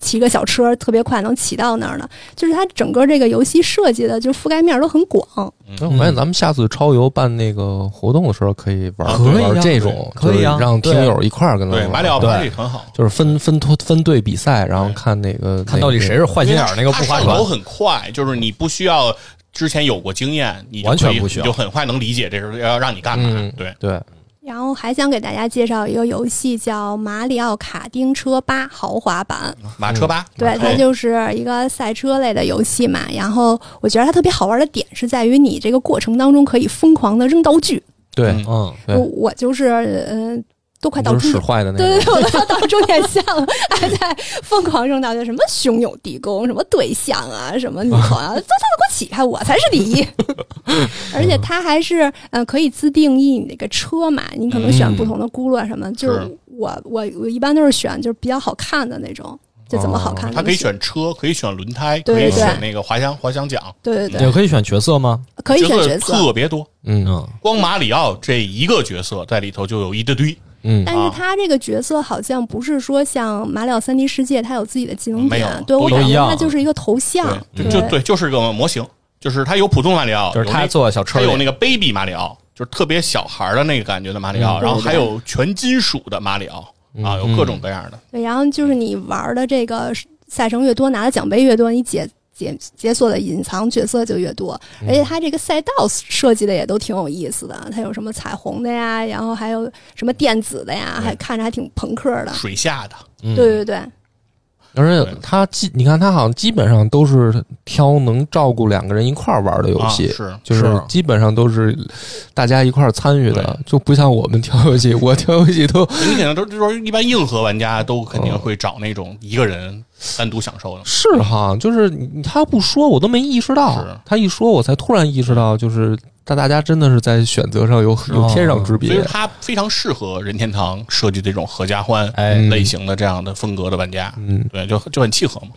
骑个小车特别快能骑到那儿的，就是它整个这个游戏设计的就覆盖面儿都很广。
哎我发现咱们下次超游办那个活动的时候，可以玩
可以
啊
玩这种，
可以啊
就是让听友一块儿跟他
对，
们
马
玩
里奥
对
party 很好，
就是分分托分队比赛，然后看哪个
看到底谁是坏心眼儿，那个不
它
划
上
船
头。很快，就是你不需要之前有过经验，你就
完全
可以
不需要
你就很快能理解这是要让你干嘛
嗯。
对，
对
然后还想给大家介绍一个游戏，叫《马里奥卡丁车八豪华版》。
嗯
马车吧，
对，它就是一个赛车类的游戏嘛。然后我觉得它特别好玩的点是在于你这个过程当中可以疯狂的扔道具。
对，
嗯
嗯，
对
我我就是嗯、呃都快到
你就是
终
使
点。
坏的那
对
个，
对对，我都到终点线了，还在疯狂扔道具，什么汹涌地宫，什么对象啊，什么女朋 友，都都给我起开，我才是第一。而且它还是嗯、呃可以自定义你那个车嘛，你
嗯
可能选不同的轱辘啊什么。就是
是
我我我一般都是选就是比较好看的那种。就怎么好
哦
看、
它可以，选车，可以选轮胎，
对
可以
对
选那个滑翔滑翔桨，
对对
也
对，
可以选角色吗？
可以选
色
角色，
特别多。
嗯
嗯，
光马里奥这一个角色在里头就有一大堆，
嗯
但是他这个角色好像不是说像马里奥三 D 世界，他有自己的技能
没有
点，对我
都
感
一
觉
样
他就是一个头像，
对，就就对，就是个模型，就是它有普通马里奥，
就是
有那
他坐在小车
它
里，
有那个 baby 马里奥，就是特别小孩儿的那个感觉的马里奥，
嗯
然后还有全金属的马里奥
嗯
嗯
啊，有各种各样的。
对，然后就是你玩的这个赛程越多，拿的奖杯越多，你解解解锁的隐藏角色就越多。而且它这个赛道设计的也都挺有意思的，它有什么彩虹的呀，然后还有什么电子的呀，还看着还挺朋克的。
水下的，
嗯
对对对，
而且他基，你看他好像基本上都是挑能照顾两个人一块儿玩的游戏，
啊是
就是
是
基本上都是大家一块儿参与的
对，
就不像我们挑游 戏，我挑游戏都。
你肯定都就是一般硬核玩家都肯定会找那种一个人单独享受的
是哈，就是你他不说我都没意识到
是，嗯
他一说我才突然意识到，就是大大家真的是在选择上有有
哦
天壤之
所以
别。
它非常适合任天堂设计这种合家欢
哎
嗯
类型的这样的风格的玩家，
嗯，
对，就就很契合嘛。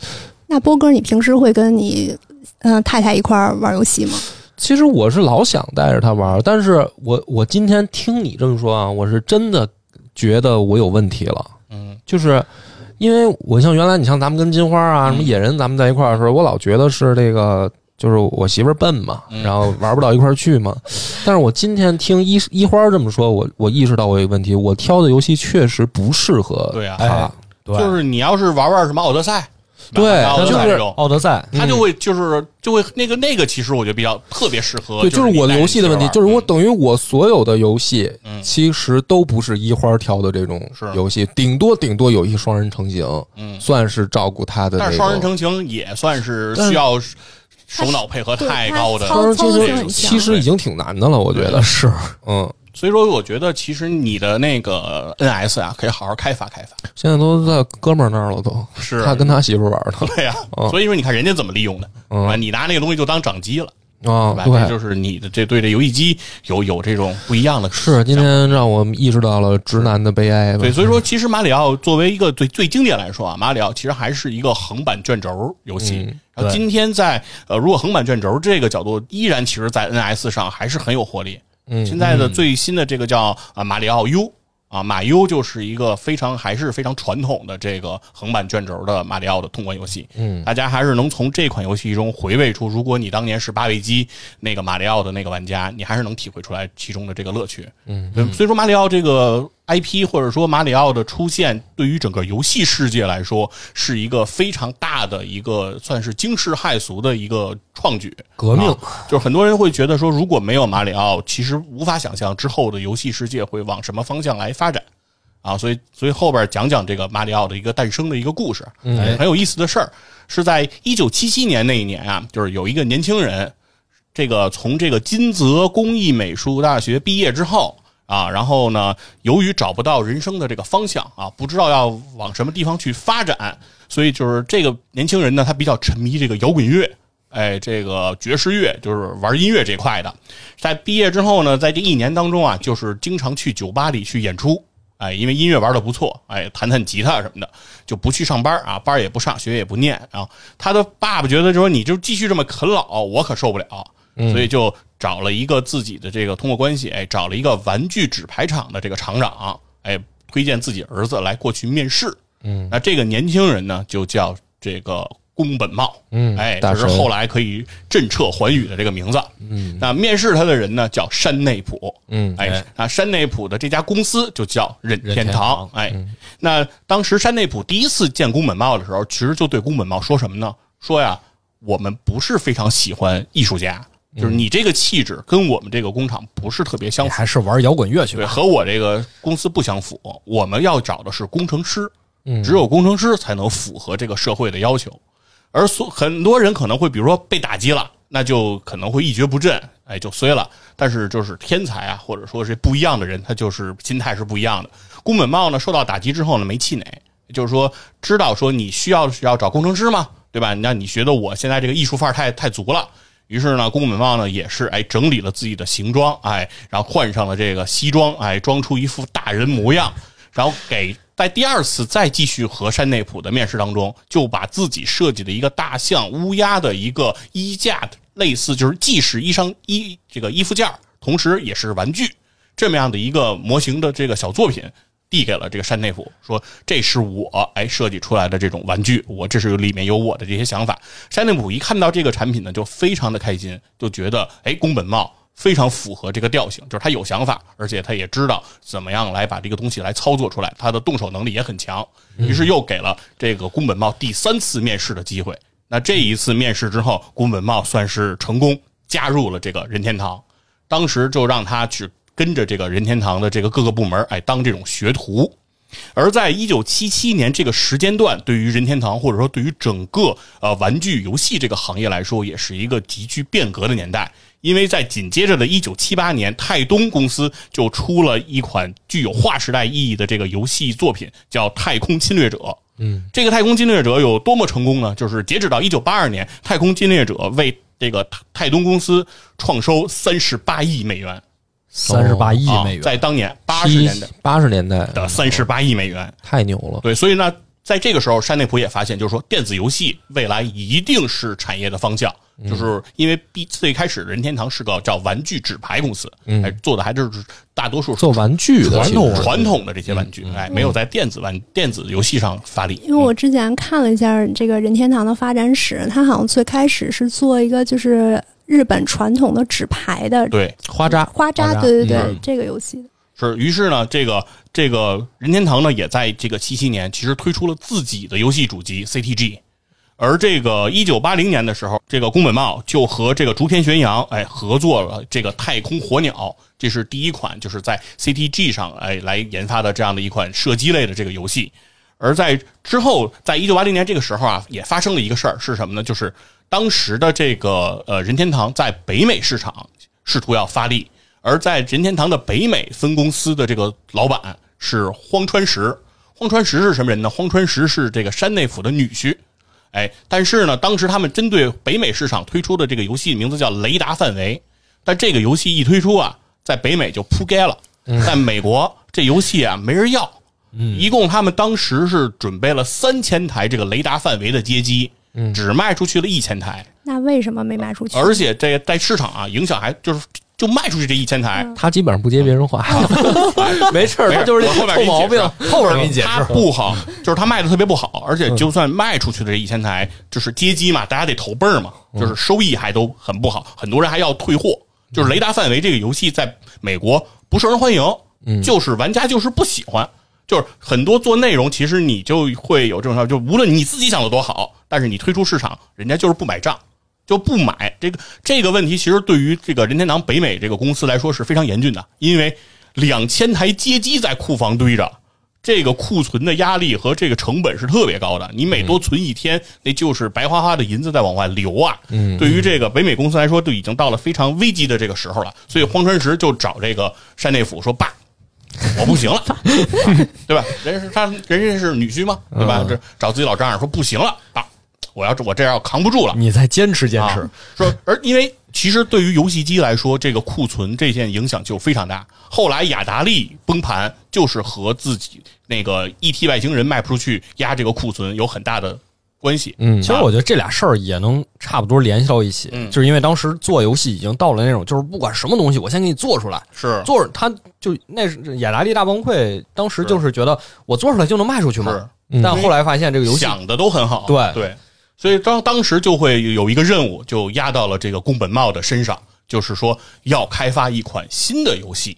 那波哥，你平时会跟你嗯、呃太太一块儿玩游戏吗？
其实我是老想带着他玩，但是我我今天听你这么说啊，我是真的觉得我有问题了。
嗯，
就是因为我像原来你像咱们跟金花啊、
嗯
什么野人咱们在一块儿的时候，我老觉得是这个就是我媳妇儿笨嘛，
嗯
然后玩不到一块儿去 嘛。但是我今天听一一花这么说，我我意识到我有问题，我挑的游戏确实不适合
对啊
她。
哎对，
就是你要是玩玩什么奥德赛，
对
奥德赛
就是嗯
这种。
奥德赛，
他就会就是就会那个那个，其实我觉得比较特别适合。
对，
就
就是我的游戏的问题，就是我
懂。
等于我所有的游戏
嗯
其实都不是一花挑的这种
是
游戏，顶多顶多有一双人成行，
嗯
算是照顾她的那
但是
个。
双人成行也算是需要手脑配合太高的
对它，操
双
操
人成
作性
行
很
其
强。
实已经挺难的了，我觉得是，嗯，
所以说我觉得其实你的那个 NS 啊，可以好好开发开发。
现在都在哥们儿那儿了，都
是
他跟他媳妇儿玩儿
对呀、
嗯
所以说你看人家怎么利用的，
嗯
是吧？你拿那个东西就当掌机了，
呢啊
对吧？，这
对，
就是你的这对这游戏机有有这种不一样的
是今天让我们意识到了直男的悲哀吧嗯
对，，所以说其实马里奥作为一个最最经典来说啊，马里奥其实还是一个横版卷轴游戏。
嗯
然后
对
今天在呃，如果横版卷轴这个角度，依然其实在 NS 上还是很有活力。
嗯
现在的最新的这个叫啊马里奥 U 啊马 U 就是一个非常还是非常传统的这个横版卷轴的马里奥的通关游戏。
嗯，
大家还是能从这款游戏中回味出，如果你当年是八位机那个马里奥的那个玩家，你还是能体会出来其中的这个乐趣。
嗯
嗯，所以说马里奥这个 IP 或者说马里奥的出现，对于整个游戏世界来说，是一个非常大的一个算是惊世骇俗的一个创举。
革命
啊就是很多人会觉得说，如果没有马里奥，其实无法想象之后的游戏世界会往什么方向来发展啊。所以，所以后边讲讲这个马里奥的一个诞生的一个故事，
嗯
哎很有意思的事儿。是在一九七七年那一年啊，就是有一个年轻人，这个从这个金泽工艺美术大学毕业之后啊，然后呢，由于找不到人生的这个方向啊，不知道要往什么地方去发展，所以就是这个年轻人呢，他比较沉迷这个摇滚乐。哎，这个爵士乐就是玩音乐这块的，在毕业之后呢，在这一年当中啊，就是经常去酒吧里去演出，哎，因为音乐玩的不错，哎，弹弹吉他什么的，就不去上班啊，班儿也不上，学也不念啊。他的爸爸觉得说，你就继续这么啃老，我可受不了，
嗯
所以就找了一个自己的这个通过关系，哎，找了一个玩具纸牌厂的这个厂长，哎，推荐自己儿子来过去面试。
嗯，
那这个年轻人呢，就叫这个宫本茂，
嗯
哎，
大
这是
神
后来可以震彻寰宇的这个名字。嗯，那面试他的人呢叫山内普，
嗯
哎
哎，
啊，山内普的这家公司就叫任天
任天堂嗯
哎，那当时山内普第一次见宫本茂的时候，其实就对宫本茂说什么呢？说呀，我们不是非常喜欢艺术家，就是你这个气质跟我们这个工厂不是特别相
你
符，
嗯还是玩摇滚乐去
对，
吧。
和我这个公司不相符。我们要找的是工程师，
嗯
只有工程师才能符合这个社会的要求。而所很多人可能会，比如说被打击了，那就可能会一蹶不振，哎，就衰了。但是就是天才啊，或者说是不一样的人，他就是啊心态是不一样的。宫本茂呢，受到打击之后呢，没气馁，就是说知道说你需要要找工程师嘛，对吧？那你觉得我现在这个艺术范儿太太足了。于是呢，宫本茂呢也是哎整理了自己的行装，哎，然后换上了这个西装，哎，装出一副大人模样，然后给在第二次再继续和山内溥的面试当中，就把自己设计的一个大象、乌鸦的一个衣架，类似就是既是衣裳衣这个衣服架，同时也是玩具这么样的一个模型的这个小作品。递给了这个山内溥，说这是我哎设计出来的这种玩具，我这是里面有我的这些想法。山内溥一看到这个产品呢，就非常的开心，就觉得哎宫本茂非常符合这个调性，就是他有想法，而且他也知道怎么样来把这个东西来操作出来，他的动手能力也很强。于是又给了这个宫本茂第三次面试的机会。那这一次面试之后，宫本茂算是成功加入了这个任天堂，当时就让他去跟着这个任天堂的这个各个部门，哎，当这种学徒。而在一九七七年这个时间段，对于任天堂或者说对于整个呃玩具游戏这个行业来说，也是一个极具变革的年代。因为在紧接着的一九七八年，泰东公司就出了一款具有划时代意义的这个游戏作品，叫《太空侵略者》。嗯，这个《太空侵略者》有多么成功呢？就是截止到一九八二年，《太空侵略者》为这个泰泰东公司创收三十八亿美元。
三十八亿美
啊
元，
在当年八十年代
八十年代
的三十八亿美元。
太牛了，
对，所以呢，在这个时候，山内溥也发现，就是说电子游戏未来一定是产业的方向，
嗯
就是因为毕最开始任天堂是个叫玩具纸牌公司，哎，做的还就是大多数是
嗯做玩具的
传统
其实嗯
传统的这些玩具，哎，没有在电子玩电子游戏上发力。
因为我之前看了一下这个任天堂的发展史，它好像最开始是做一个就是日本传统的纸牌的
对，
花渣
花
花
渣，
渣
对对对，
嗯
这个游戏
是，于是呢，这个这个任天堂呢，也在这个七七年其实推出了自己的游戏主机 CTG，而这个一九八零年的时候，这个宫本茂就和这个竹田玄阳哎合作了这个《太空火鸟》，这是第一款就是在 CTG 上哎来研发的这样的一款射击类的这个游戏。而在之后，在一九八零年这个时候啊，也发生了一个事儿，是什么呢？就是当时的这个呃任天堂在北美市场试图要发力，而在任天堂的北美分公司的这个老板是荒川石。荒川石是什么人呢？荒川石是这个山内府的女婿。哎，但是呢，当时他们针对北美市场推出的这个游戏名字叫《雷达范围》，但这个游戏一推出啊，在北美就扑街了，在美国这游戏啊没人要。一共他们当时是准备了三千台这个雷达范围的街机，只卖出去了一千台，
那为什么没卖出去？
而且这在市场啊影响还就是就卖出去这一千台，
他基本上不接别人话， 没事儿，
没事
他就是
我后面
臭
给你
毛病
解，
后边给你解
它
释。
不好，就是它卖的特别不好，而且
嗯
就算卖出去的这一千台，就是街机嘛，大家得投倍儿嘛，
嗯
就是收益还都很不好，很多人还要退货。就是《雷达范围》这个游戏在美国不受人欢
嗯
迎，就是玩家就是不喜欢，就是很多做内容，其实你就会有这种事儿，就无论你自己想的多好，但是你推出市场，人家就是不买账。就不买这个这个问题，其实对于这个任天堂北美这个公司来说是非常严峻的，因为两千台街机在库房堆着，这个库存的压力和这个成本是特别高的。你每多存一天，那就是白花花的银子在往外流啊。嗯，对于这个北美公司来说，都已经到了非常危机的这个时候了。所以荒川石就找这个山内辅说：“爸，我不行了，啊对吧？人家是他，人家是女婿嘛，对吧？这找自己老丈人说不行了，爸，我要我这要扛不住了。”
你再坚持坚持
啊，说，而因为其实对于游戏机来说，这个库存这件影响就非常大。后来雅达利崩盘，就是和自己那个 ET 外星人卖不出去压这个库存有很大的关系。
嗯
其实我觉得这俩事儿也能差不多联系到一起，
嗯
就是因为当时做游戏已经到了那种，就是不管什么东西，我先给你做出来，
是
做它就那是雅达利大崩溃，当时
是
就是觉得我做出来就能卖出去嘛
是，，
嗯
但后来发现这个游戏
想的都很好。
对
对，所以当当时就会有一个任务，就压到了这个宫本茂的身上，就是说要开发一款新的游戏，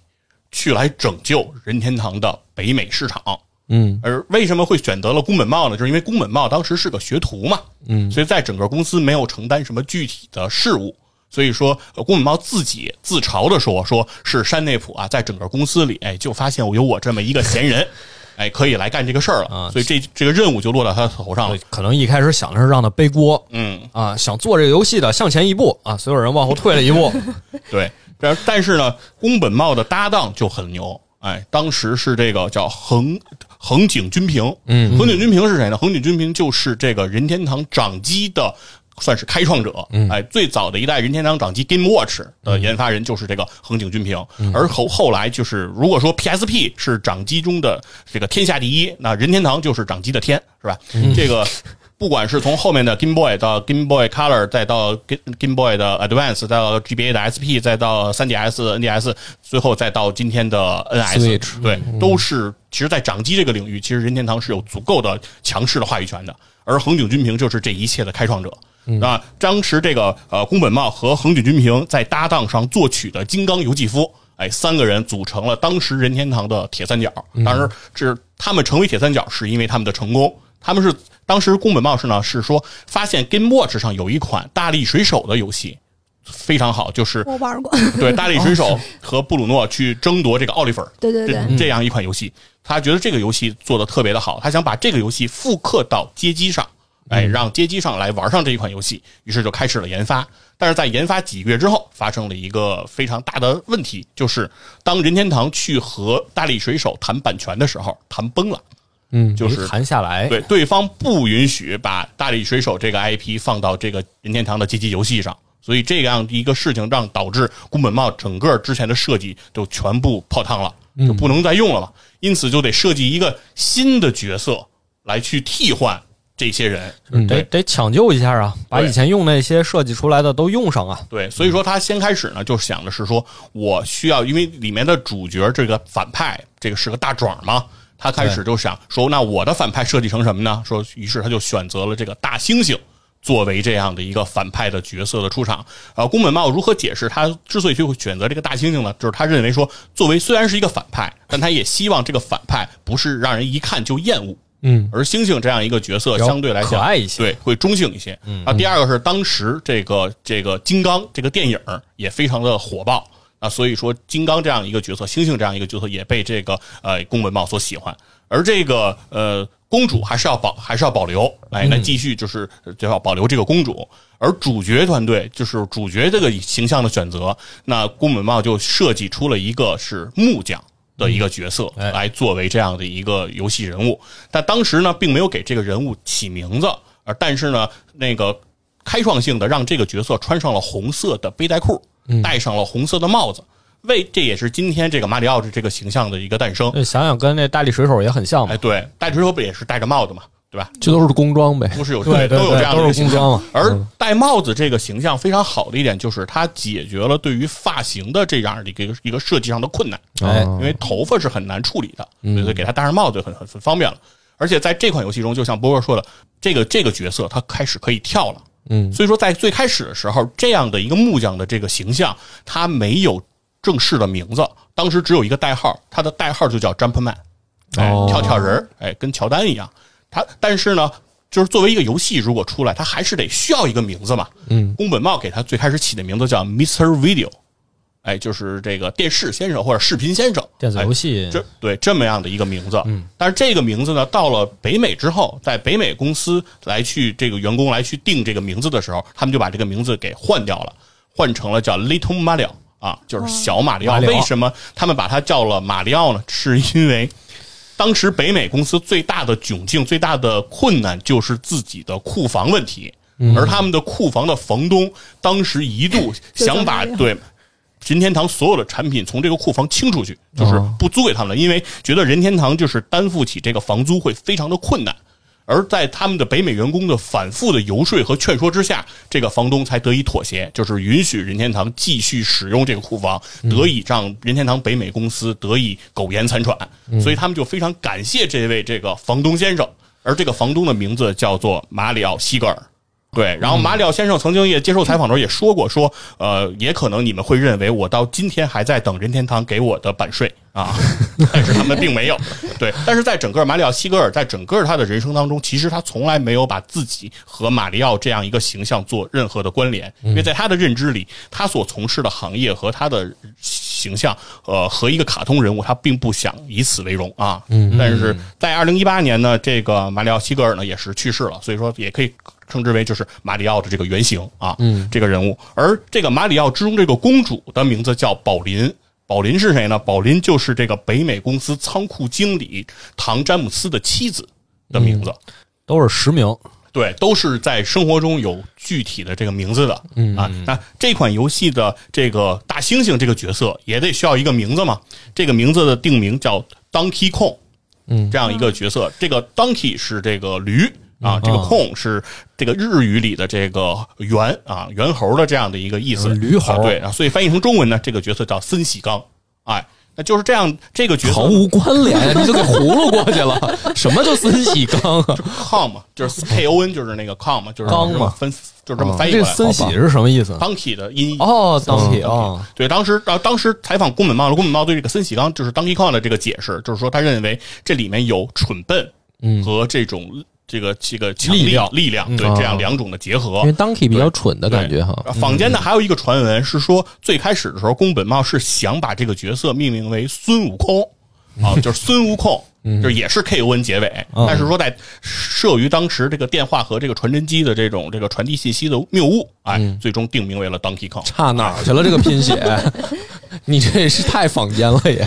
去来拯救任天堂的北美市场。
嗯
而为什么会选择了宫本茂呢？就是因为宫本茂当时是个学徒嘛，
嗯，
所以在整个公司没有承担什么具体的事务。所以说，呃宫本茂自己自嘲的说，说是山内溥啊，在整个公司里，哎，就发现我有我这么一个闲人， 哎，可以来干这个事儿了。
啊
所以这这个任务就落到他头上了。
可能一开始想的是让他背锅
嗯，
啊，想做这个游戏的向前一步啊，所有人往后退了一步，
对。但但是呢，宫本茂的搭档就很牛，哎，当时是这个叫横横井军平，嗯，横井军平是谁呢？横井军平就是这个任天堂掌机的算是开创者，
嗯
哎，最早的一代任天堂掌机 Game Watch 的研发人就是这个横井军平，而后后来就是如果说 PSP 是掌机中的这个天下第一，那任天堂就是掌机的天，是吧？这个不管是从后面的 Game Boy 到 Game Boy Color，再到 Game Game Boy 的 Advance，再到 GBA 的 SP，再到 3DS、NDS，最后再到今天的 NS，
Switch
对，都是其实，在掌机这个领域，其实任天堂是有足够的强势的话语权的。而横井军平就是这一切的开创者。那当时这个呃宫本茂和横井军平在搭档上作曲的《金刚游记夫》，哎，三个人组成了当时任天堂的铁三角。当然，这他们成为铁三角是因为他们的成功。他们是当时宫本茂是呢是说发现 Game Watch 上有一款大力水手的游戏非常好，就是
我玩过，
对大力水手和布鲁诺去争夺这个奥利弗。
对对对，
这这样一款游戏，他觉得这个游戏做的特别的好，他想把这个游戏复刻到街机上，哎，让街机上来玩上这一款游戏，于是就开始了研发。但是在研发几个月之后，发生了一个非常大的问题，就是当任天堂去和大力水手谈版权的时候，谈崩了，
嗯，
就是
没谈下来，
对，对方不允许把大力水手这个 IP 放到这个任天堂的街机游戏上，所以这样一个事情让导致宫本茂整个之前的设计就全部泡汤了，就不能再用了嘛。因此就得设计一个新的角色来去替换这些人。
嗯
得得抢救一下啊，把
对
以前用那些设计出来的都用上啊。
对，所以说他先开始呢，就想的是说，我需要，因为里面的主角这个反派，这个是个大壮嘛，他开始就想说，那我的反派设计成什么呢？说，于是他就选择了这个大猩猩作为这样的一个反派的角色的出场。呃，宫本茂如何解释他之所以去选择这个大猩猩呢？就是他认为说，作为虽然是一个反派，但他也希望这个反派不是让人一看就厌恶。
嗯，
而猩猩这样一个角色
比较
相对来讲
可爱一些嗯
对，会中性一些。啊，第二个是当时这个这个金刚这个电影儿也非常的火爆啊，所以说金刚这样一个角色，猩猩这样一个角色也被这个呃宫本茂所喜欢，而这个呃公主还是要保还是要保留，来来继续就是就要保留这个公主。而主角团队就是主角这个形象的选择，那宫本茂就设计出了一个是木匠。的一个角色
哎
来作为这样的一个游戏人物，但当时呢，并没有给这个人物起名字，而但是呢，那个开创性的让这个角色穿上了红色的背带裤，戴上了红色的帽子，为这也是今天这个马里奥这个形象的一个诞生。
那想想跟那大力水手也很像嘛
哎，，对，戴锤手不也是戴着帽子嘛，对吧？
这都是工装呗。
都是有
对
都有
对
这样的一
都
个
是
形
工
象。
装嘛。嗯
而戴帽子这个形象非常好的一点，就是它解决了对于发型的这样的一个一个设计上的困难。
哎嗯
因为头发是很难处理的，所以给他戴上帽子很很很方便了。而且在这款游戏中，就像波波说的，这个这个角色他开始可以跳了，
嗯，
所以说在最开始的时候，这样的一个木匠的这个形象，他没有正式的名字，当时只有一个代号，他的代号就叫 Jumpman，哎，
哦
跳跳人儿，哎，跟乔丹一样。他但是呢，就是作为一个游戏，如果出来，他还是得需要一个名字嘛。
嗯，
宫本茂给他最开始起的名字叫 Mr. Video，哎，就是这个电视先生或者视频先生，
电子
哎
游戏
这对这么样的一个名字。嗯，但是这个名字呢，到了北美之后，在北美公司来去这个员工来去定这个名字的时候，他们就把这个名字给换掉了，换成了叫 Little Mario 啊，就是小马里奥。
马里奥
为什么他们把它叫了马里奥呢？是因为当时北美公司最大的窘境、最大的困难就是自己的库房问题，而他们的库房的房东当时一度
就
想
叫
把
马里奥
对任天堂所有的产品从这个库房清出去，就是不租给他们了，因为觉得任天堂就是担负起这个房租会非常的困难。而在他们的北美员工的反复的游说和劝说之下，这个房东才得以妥协，就是允许任天堂继续使用这个库房，得以让任天堂北美公司得以苟延残喘。所以他们就非常感谢这位这个房东先生，而这个房东的名字叫做马里奥·西格尔。对，然后马里奥先生曾经也接受采访的时候也说过，说呃，也可能你们会认为我到今天还在等任天堂给我的版税 啊，但是他们并没有。对，但是在整个马里奥西格尔在整个他的人生当中，其实他从来没有把自己和马里奥这样一个形象做任何的关联，因为在他的认知里，他所从事的行业和他的形象，呃，和一个卡通人物，他并不想以此为荣啊。嗯，但是在二零一八年呢，这个马里奥·西格尔呢也是去世了，所以说也可以称之为就是马里奥的这个原型啊，嗯，这个人物。而这个马里奥之中这个公主的名字叫宝琳。宝琳是谁呢？宝琳就是这个北美公司仓库经理唐·詹姆斯的妻子的名字。
都是实名，
对，都是在生活中有具体的这个名字的
嗯
啊。那这款游戏的这个大猩猩这个角色也得需要一个名字嘛，这个名字的定名叫 Donkey Kong，
嗯
这样一个角色，这个 Donkey 是这个驴。
嗯
啊，这个 Kong 是这个日语里的这个猿啊，猿猴的这样的一个意思，
哦驴猴
啊对啊，所以翻译成中文呢，这个角色叫森喜刚，哎，那就是这样，这个角色
毫无关 联，你就给糊弄过去了。什么叫森喜刚啊？
con 嘛，就是 K O N 就是那个 con 嘛，就是
刚嘛哦
这么分就是这么翻译
这
过
个
来。
森喜是什么意思？
Donkey 的音译
哦，当体
嗯
啊，
对，当时啊，当时采访宫本茂了，宫本茂对这个森喜刚就是 Donkey Kong 的这个解释，就是说他认为这里面有蠢笨
嗯，
和这种这个这个强力
力量
力量，对
嗯
这样两种的结合
因。为 Donkey 比较蠢的感觉哈。嗯
啊坊间呢还有一个传闻是说，最开始的时候宫本茂是想把这个角色命名为孙悟 空，啊，就是孙悟空，
嗯
就是也是 K O N 结尾，
嗯
但是说在慑于当时这个电话和这个传真机的这种这个传递信息的谬误，哎，
嗯
最终定名为了 Donkey Kong。
差哪儿去了？这个拼写， 你这是太坊间了也。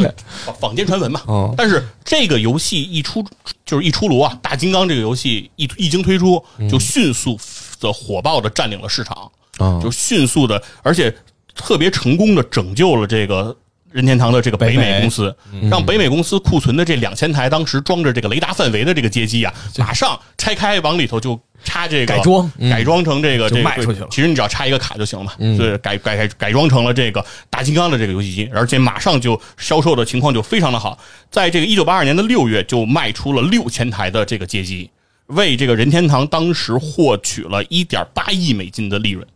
坊坊间传闻嘛。
嗯
但是这个游戏一出，就是一出炉啊，《大金刚》这个游戏一一经推出，就迅速的火爆的占领了市场，
哦
啊
就迅速的，而且特别成功的拯救了这个。任天堂的这个北
北美嗯
美公司，让北美公司库存的这两千台当时装着这个雷达范围的这个街机啊，马上拆开往里头就插这个
嗯改装嗯
改装成这个
就
这个
卖出去了
其实你只要插一个卡就行了嘛，
嗯
对，改改改改装成了这个大金刚的这个游戏机，而且马上就销售的情况就非常的好，在这个一九八二年的六月就卖出了六千台的这个街机，为这个任天堂当时获取了一点八亿美金的利润。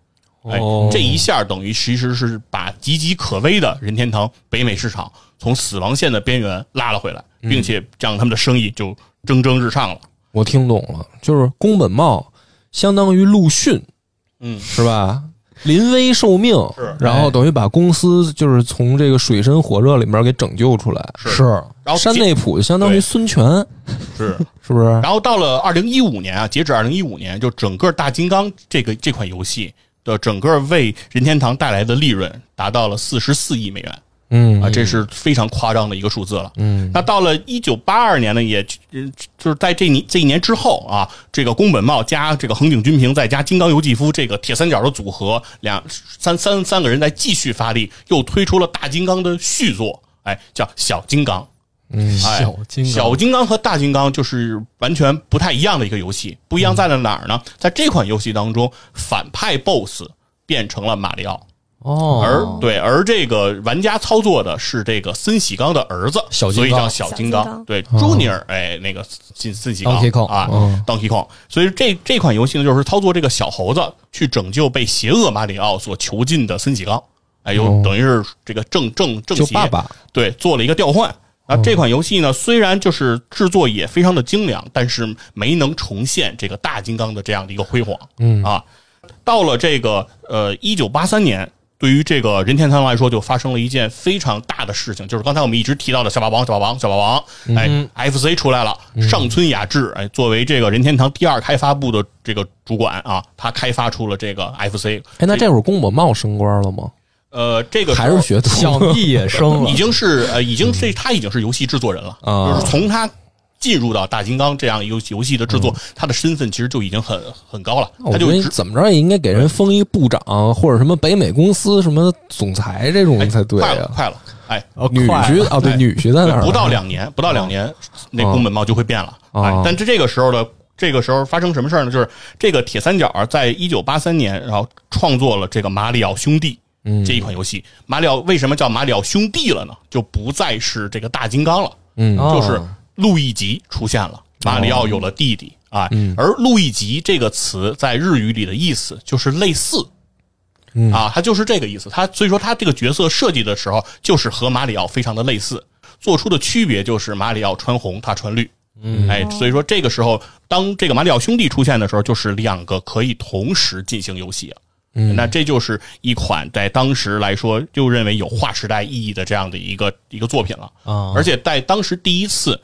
哎
哦，
这一下等于其实是把岌岌可危的任天堂北美市场从死亡线的边缘拉了回来，
嗯
并且让他们的生意就蒸蒸日上了。
我听懂了，就是宫本茂相当于陆逊
嗯，
是吧？临危受命
是，
然后等于把公司就是从这个水深火热里面给拯救出来。
是
是
然后
山
截
内溥就相当于
对
孙权，
是
是不是？
然后到了二零一五年啊，截止二零一五年，就整个大金刚这个这款游戏的整个为任天堂带来的利润达到了四十四亿美元
嗯
啊，这是非常夸张的一个数字了。
嗯
那到了一九八二年呢，也嗯就是在这一这一年之后啊，这个宫本茂加这个横井军平再加金刚游纪夫这个铁三角的组合，两三三三个人再继续发力，又推出了大金刚的续作，哎，叫小金刚。
嗯
哎
小金刚
小金刚和大金刚就是完全不太一样的一个游戏，不一样在了哪儿呢？在这款游戏当中，反派 BOSS 变成了马里奥，
哦，
而对，而这个玩家操作的是这个森喜刚的儿子，
小金刚
所以叫小金
小金刚
对，Junior，哎，那个森森喜刚
Donkey Kong，
啊
哦嗯
，Donkey Kong。所以这这款游戏呢，就是操作这个小猴子去拯救被邪恶马里奥所囚禁的森喜刚，哎，
哦
有等于是这个正正正
就
邪
爸 爸，
对，做了一个调换。啊，
哦
这款游戏呢，虽然就是制作也非常的精良，但是没能重现这个大金刚的这样的一个辉煌。
嗯
啊，到了这个呃一九八三年，对于这个任天堂来说，就发生了一件非常大的事情，就是刚才我们一直提到的小霸王、小霸王、小霸王，哎、f
嗯
c 出来了，上村雅治，哎，作为这个任天堂第二开发部的这个主管啊，他开发出了这个 FC。
哎，那这会儿宫本茂升官了吗？
呃，这个时候
还是学徒？
想必也 生了
已，经是呃，已经这他已经是游戏制作人了，
啊
就是从他进入到大金刚这样游戏游戏的制作，他的身份其实就已经很很高了
那，嗯哦我
他
觉
就
得
只
怎么着也应该给人封一部长或者什么北美公司什么总裁这种才对
快了
啊。
快了，哎。
哦
女
快了
婿啊，对，
哎
女婿在哪儿呢？
不到两年，不到两年，那宫本茂就会变了。
哦
哎，但是这个时候的这个时候发生什么事儿呢？就是这个铁三角在一九八三年，然后创作了这个《马里奥兄弟》
嗯
这一款游戏。马里奥为什么叫马里奥兄弟了呢？就不再是这个大金刚了。
嗯
哦
就是路易吉出现了，马里奥有了弟弟啊。而路易吉这个词在日语里的意思就是类似。啊，他就是这个意思。他所以说他这个角色设计的时候，就是和马里奥非常的类似，做出的区别就是马里奥穿红，他穿绿。嗯，哎，所以说这个时候，当这个马里奥兄弟出现的时候，就是两个可以同时进行游戏了。
嗯
那这就是一款在当时来说就认为有划时代意义的这样的一个一个作品了。
啊
而且在当时第一次，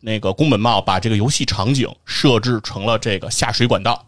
那个宫本茂把这个游戏场景设置成了这个下水管道，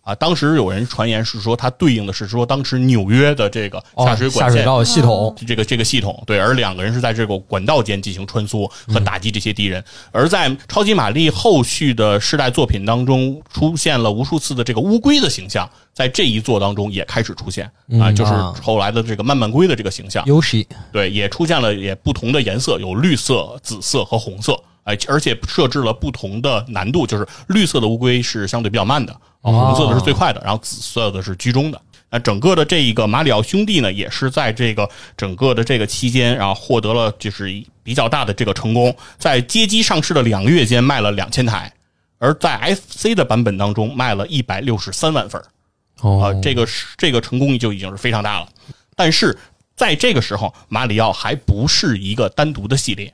啊，当时有人传言是说，它对应的是说当时纽约的这个
哦
下水管
下
线嗯
水道系统，
这个这个系统，对，而两个人是在这个管道间进行穿梭和打击这些敌人。而在超级玛丽后续的世代作品当中，出现了无数次的这个乌龟的形象，在这一作当中也开始出现、啊，
嗯
就是
啊
后来的这个慢慢龟的这个形象，
游戏
对，也出现了也不同的颜色，有绿色、紫色和红色。哎，而且设置了不同的难度，就是绿色的乌龟是相对比较慢的，红色的是最快的，然后紫色的是居中的。那整个的这一个马里奥兄弟呢，也是在这个整个的这个期间，然后获得了就是比较大的这个成功，在街机上市的两个月间卖了两千台，而在 FC 的版本当中卖了一百六十三万份儿。啊
哦，，
这个是这个成功就已经是非常大了。但是在这个时候，马里奥还不是一个单独的系列，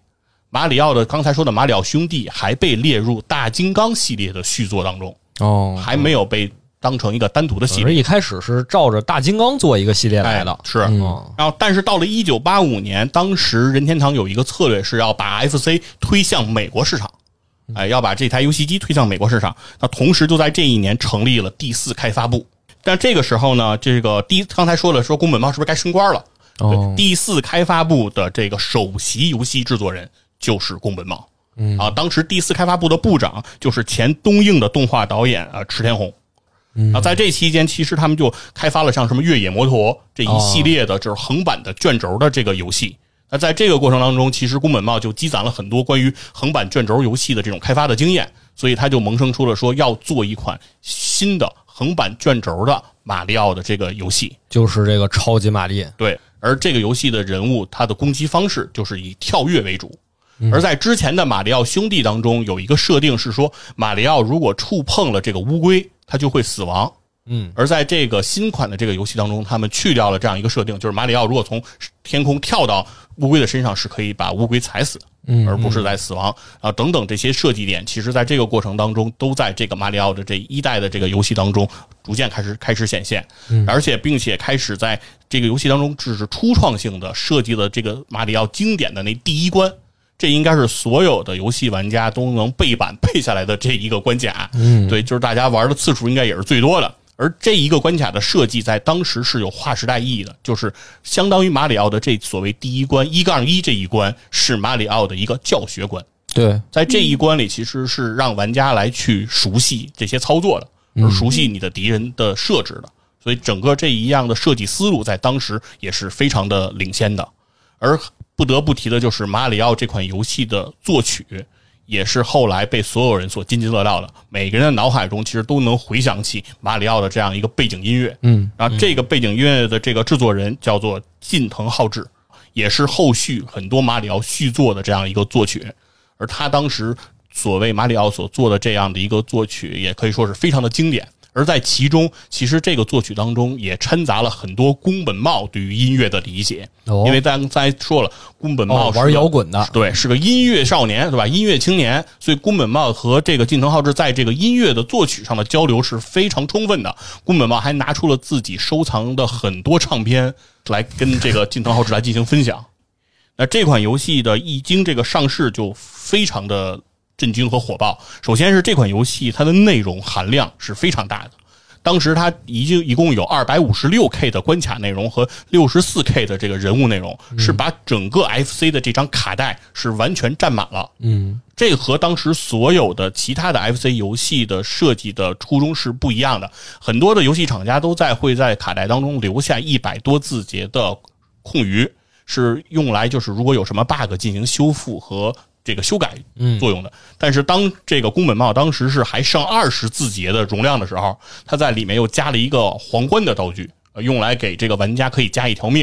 马里奥的刚才说的马里奥兄弟还被列入大金刚系列的续作当中，
哦，
还没有被当成一个单独的系
只是
列
一开始是照着大金刚做一个系列哦来的
哎，是。
嗯，
然后，但是到了一九八五年，当时任天堂有一个策略是要把 FC 推向美国市场，哎，要把这台游戏机推向美国市场。那同时就在这一年成立了第四开发部。但这个时候呢，这个第刚才说了，说宫本茂是不是该升官了？
哦
对，第四开发部的这个首席游戏制作人就是宫本茂。嗯啊，当时第四开发部的部长就是前东映的动画导演啊池田宏。啊，在这期间，其实他们就开发了像什么越野摩托这一系列的，就是横版的卷轴的这个游戏。那在这个过程当中，其实宫本茂就积攒了很多关于横版卷轴游戏的这种开发的经验，所以他就萌生出了说要做一款新的横版卷轴的马里奥的这个游戏。
就是这个超级玛丽，
对，而这个游戏的人物他的攻击方式就是以跳跃为主。而在之前的马里奥兄弟当中，有一个设定是说，马里奥如果触碰了这个乌龟，他就会死亡。
嗯，
而在这个新款的这个游戏当中，他们去掉了这样一个设定，就是马里奥如果从天空跳到乌龟的身上，是可以把乌龟踩死，
嗯
而不是在死亡啊等等这些设计点，其实在这个过程当中，都在这个马里奥的这一代的这个游戏当中逐渐开始开始显现，
嗯
而且并且开始在这个游戏当中，只是初创性的设计了这个马里奥经典的那第一关。这应该是所有的游戏玩家都能背板背下来的这一个关卡，嗯，对，就是大家玩的次数应该也是最多的。而这一个关卡的设计在当时是有划时代意义的，就是相当于马里奥的这所谓第一关一杠一这一关是马里奥的一个教学关，
对，
在这一关里其实是让玩家来去熟悉这些操作的，而熟悉你的敌人的设置的，所以整个这一样的设计思路在当时也是非常的领先的。而不得不提的就是《马里奥》这款游戏的作曲，也是后来被所有人所津津乐道的。每个人的脑海中其实都能回想起《马里奥》的这样一个背景音乐。
嗯，
然后这个背景音乐的这个制作人叫做近藤浩志，也是后续很多《马里奥》续作的这样一个作曲。而他当时所谓马里奥所做的这样的一个作曲，也可以说是非常的经典。而在其中，其实这个作曲当中也掺杂了很多宫本茂对于音乐的理解，
哦
因为刚才说了，宫本茂
哦，
是个、
玩摇滚的，
对，是个音乐少年，对吧？音乐青年，所以宫本茂和这个近藤浩志在这个音乐的作曲上的交流是非常充分的。宫本茂还拿出了自己收藏的很多唱片来跟这个近藤浩志来进行分享。那这款游戏的一经这个上市就非常的震惊和火爆。首先是这款游戏它的内容含量是非常大的，当时它已经一共有二百五十六 K 的关卡内容和六十四 K 的这个人物内容，是把整个 FC 的这张卡带是完全占满了。
嗯，
这和当时所有的其他的 FC 游戏的设计的初衷是不一样的。很多的游戏厂家都在会在卡带当中留下一百多字节的空余，是用来就是如果有什么 bug 进行修复和这个修改作用的。但是当这个宫本茂当时是还剩二十字节的容量的时候，他在里面又加了一个皇冠的道具，呃用来给这个玩家可以加一条命。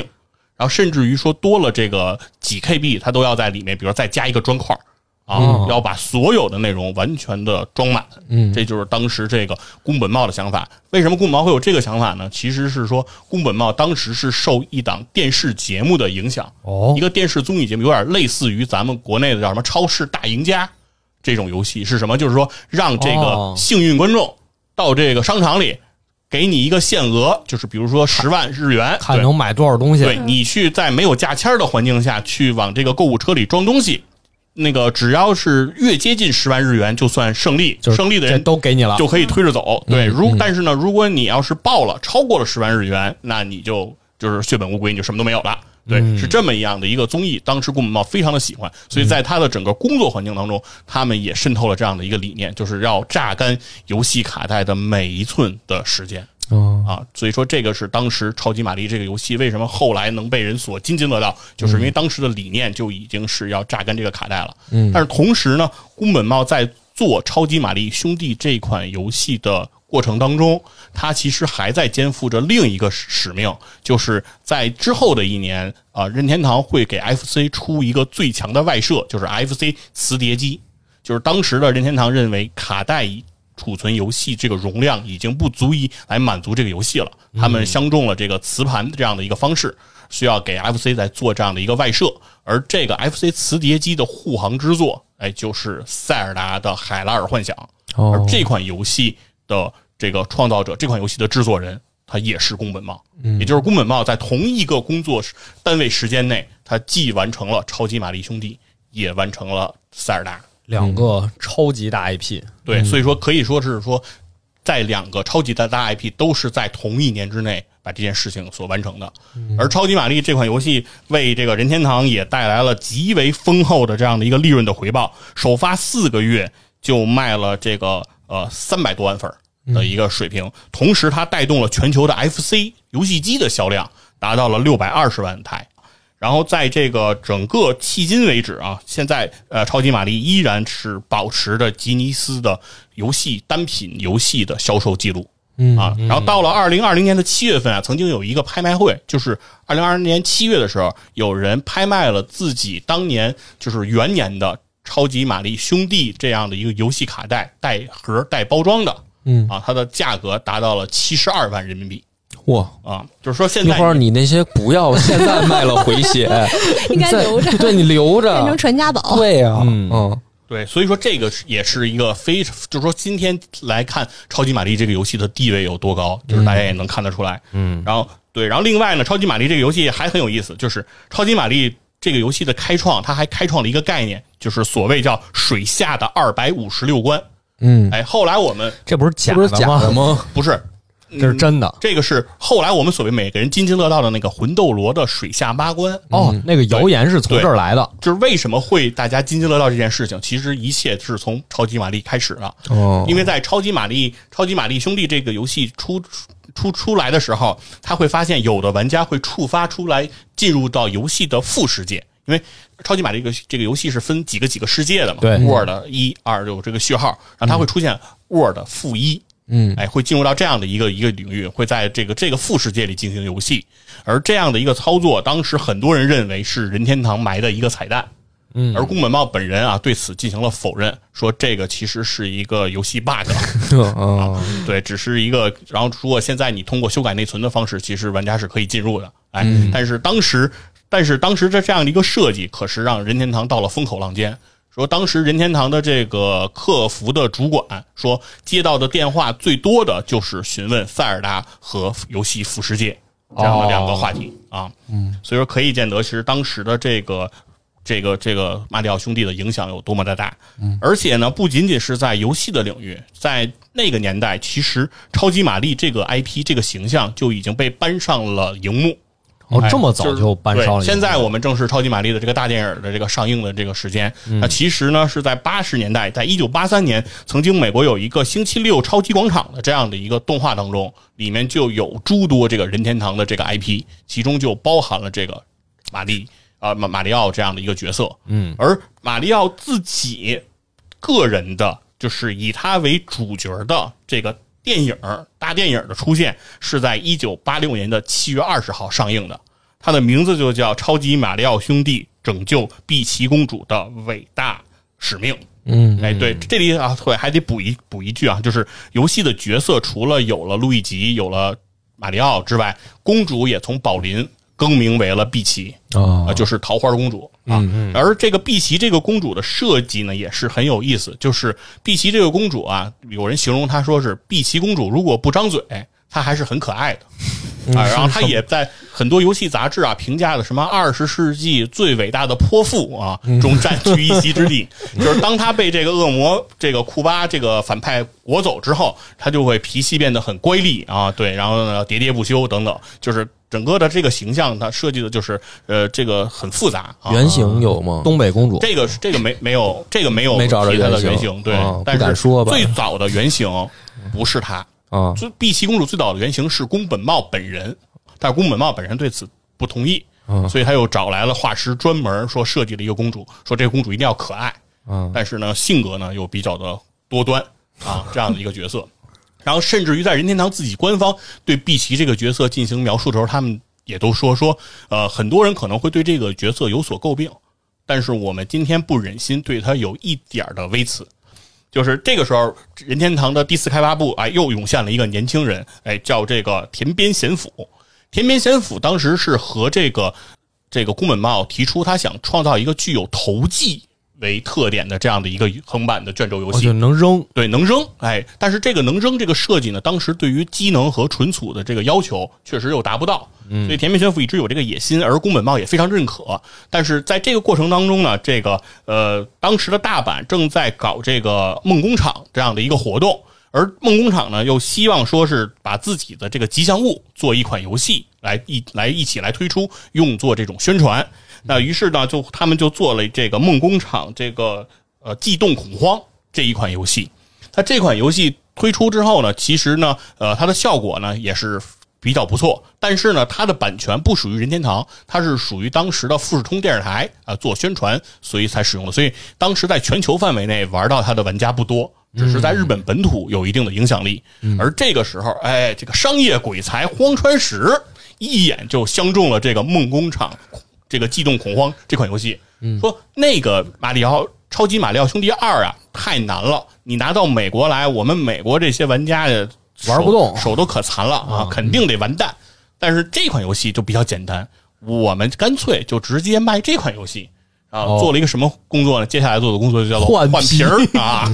然后甚至于说多了这个几 KB，它都要在里面，比如再加一个砖块儿啊，
嗯
要把所有的内容完全的装满。嗯，这就是当时这个宫本茂的想法。为什么宫本茂会有这个想法呢？其实是说宫本茂当时是受一档电视节目的影响，
哦
一个电视综艺节目，有点类似于咱们国内的叫什么《超市大赢家》这种游戏是什么？就是说让这个
哦
幸运观众到这个商场里。给你一个限额，就是比如说十万日元，
看
对
能买多少东西，
对你去在没有价签儿的环境下去往这个购物车里装东西，那个只要是越接近十万日元，就算胜利，
就是
胜利的
这
人
都给你了，
就可以推着走。对，
嗯
如
嗯
但是呢，如果你要是报了超过了十万日元，那你就就是血本无归，你就什么都没有了。对，
嗯
是这么一样的一个综艺，当时宫本茂非常的喜欢，所以在
嗯
他的整个工作环境当中，他们也渗透了这样的一个理念，就是要榨干游戏卡带的每一寸的时间。
嗯
啊，所以说这个是当时《超级玛丽》这个游戏为什么后来能被人所津津乐道，就是因为当时的理念就已经是要榨干这个卡带了。
嗯
但是同时呢，宫本茂在做《超级玛丽兄弟》这款游戏的过程当中，他其实还在肩负着另一个使使命，就是在之后的一年啊、任天堂会给 FC 出一个最强的外设，就是 FC 磁碟机。就是当时的任天堂认为卡带储存游戏这个容量已经不足以来满足这个游戏了，他们相中了这个磁盘这样的一个方式，需要给 FC 来做这样的一个外设，而这个 FC 磁碟机的护航之作，哎，就是塞尔达的《海拉尔幻想》，而
哦，
这款游戏的这个创造者，这款游戏的制作人，他也是宫本茂，也就是宫本茂在同一个工作时单位时间内，他既完成了《超级玛丽兄弟》，也完成了塞尔达。嗯
两个超级大 IP，
对，所以说可以说是说，在两个超级大大 IP 都是在同一年之内把这件事情所完成的。而《超级玛丽》这款游戏为这个任天堂也带来了极为丰厚的这样的一个利润的回报，首发四个月就卖了这个呃三百多万份儿的一个水平，同时它带动了全球的 FC 游戏机的销量达到了六百二十万台。然后在这个整个迄今为止啊，现在呃，超级玛丽依然是保持着吉尼斯的游戏单品游戏的销售记录
嗯
啊。然后到了二零二零年的七月份啊，曾经有一个拍卖会，就是二零二零年七月的时候，有人拍卖了自己当年就是元年的超级玛丽兄弟这样的一个游戏卡带带盒带包装的，
嗯
啊，它的价格达到了七十二万人民币
哇，
啊，就是说现
一
在
会儿你那些不要现在卖了回血，
应该
你再
留着
对你留
变
着
成，传家宝。
对呀，
嗯
嗯
对，所以说这个是也是一个非常，就是说今天来看《超级玛丽》这个游戏的地位有多高，就是大家也能看得出来。嗯，然后对，然后另外呢，《超级玛丽》这个游戏还很有意思，就是《超级玛丽》这个游戏的开创，它还开创了一个概念，就是所谓叫“水下的二百五十六关”。
嗯，
哎，后来我们
这不是假
这不是假的
吗？
吗？
不是
这是真的
这个是后来我们所谓每个人津津乐道的那个魂斗罗的水下八关，
哦，那个谣言是从这儿来的，
就是为什么会大家津津乐道这件事情，其实一切是从《超级玛丽》开始的。
哦，
因为在《超级玛丽》《超级玛丽兄弟》这个游戏出出出来的时候，他会发现有的玩家会触发出来进入到游戏的副世界，因为《超级玛丽》这个这个游戏是分几个几个世界的嘛，
对
，Word 一二有这个序号，然后它会出现 Word 负一。
嗯
哎，会进入到这样的一个一个领域，会在这个这个副世界里进行游戏，而这样的一个操作，当时很多人认为是任天堂埋的一个彩蛋，嗯，而宫本茂本人啊对此进行了否认，说这个其实是一个游戏 bug，
嗯
对，只是一个。然后如果现在你通过修改内存的方式，其实玩家是可以进入的。哎，但是当时，但是当时这这样的一个设计，可是让任天堂到了风口浪尖。说当时任天堂的这个客服的主管说，接到的电话最多的就是询问塞尔达和游戏副世界这样的两个话题、啊。嗯，所以说可以见得，其实当时的这个这个这个马里奥兄弟的影响有多么的大。而且呢，不仅仅是在游戏的领域，在那个年代，其实超级玛丽这个 IP 这个形象就已经被搬上了荧幕。
哦
哎，
这么早就搬上了
对
一个。
现在我们正是超级玛丽的这个大电影的这个上映的这个时间。
嗯
那其实呢，是在八十年代，在一九八三年，曾经美国有一个星期六超级广场的这样的一个动画当中，里面就有诸多这个任天堂的这个 IP，其中就包含了这个玛丽啊、马马里奥这样的一个角色。嗯，而马里奥自己个人的，就是以他为主角的这个电影儿大电影儿的出现，是在一九八六年的七月二十号上映的。它的名字就叫《超级马里奥兄弟拯救碧琪公主的伟大使命》。
嗯
哎，对，这里啊，对，还得补一补一句啊，就是游戏的角色除了有了路易吉、有了马里奥之外，公主也从宝琳更名为了碧琪。
啊
啊，就是桃花公主啊。而这个碧琪这个公主的设计呢，也是很有意思。就是碧琪这个公主啊，有人形容她说是碧琪公主，如果不张嘴，她还是很可爱的。
嗯
啊，然后
是
他
什么
也在很多游戏杂志啊评价的什么二十世纪最伟大的泼妇啊
嗯
中占据一席之地。就是当他被这个恶魔这个库巴这个反派裹走之后，他就会脾气变得很乖戾啊，对，然后呢喋喋不休等等，就是整个的这个形象，它设计的就是呃这个很复杂啊。
原型有吗？
东北公主，
这个这个没没有这个没有
没找着
提他的
原型
原型，对，
啊
但
不敢
是
说吧
最早的原型不是他，
啊，
最碧琪公主最早的原型是宫本茂本人，但是宫本茂本人对此不同意，
嗯
所以他又找来了画师专门说设计了一个公主，说这个公主一定要可爱，
嗯
但是呢性格呢又比较的多端啊这样的一个角色。然后甚至于在任天堂自己官方对碧琪这个角色进行描述的时候，他们也都说说，呃，很多人可能会对这个角色有所诟病，但是我们今天不忍心对他有一点儿的微词。就是这个时候，任天堂的第四开发部，哎，又涌现了一个年轻人，哎，叫这个田边贤辅。田边贤辅当时是和这个这个宫本茂提出，他想创造一个具有投技为特点的这样的一个横版的卷轴游
我
哦
戏
就。能扔，
对，能扔，哎，但是这个能扔这个设计呢，当时对于机能和纯储的这个要求确实又达不到，所以田边玄辅一直有这个野心，而宫本茂也非常认可。但是在这个过程当中呢，这个呃，当时的大阪正在搞这个梦工厂这样的一个活动，而梦工厂呢又希望说是把自己的这个吉祥物做一款游戏来一来一起来推出，用作这种宣传。那于是呢，就他们就做了这个梦工厂这个呃悸动恐慌这一款游戏。它这款游戏推出之后呢，其实呢，呃，它的效果呢也是比较不错，但是呢，它的版权不属于任天堂，它是属于当时的富士通电视台啊、呃做宣传，所以才使用的。所以当时在全球范围内玩到它的玩家不多。只是在日本本土有一定的影响力，而这个时候，哎，这个商业鬼才荒川石一眼就相中了这个梦工厂这个《悸动恐慌》这款游戏，
嗯
说那个马里奥超级马里奥兄弟二啊太难了，你拿到美国来，我们美国这些玩家也手
玩不动
手都可残了啊，肯定得完蛋。但是这款游戏就比较简单，我们干脆就直接卖这款游戏啊，
哦
做了一个什么工作呢？接下来做的工作就叫做
换
换
皮嗯
皮儿 啊。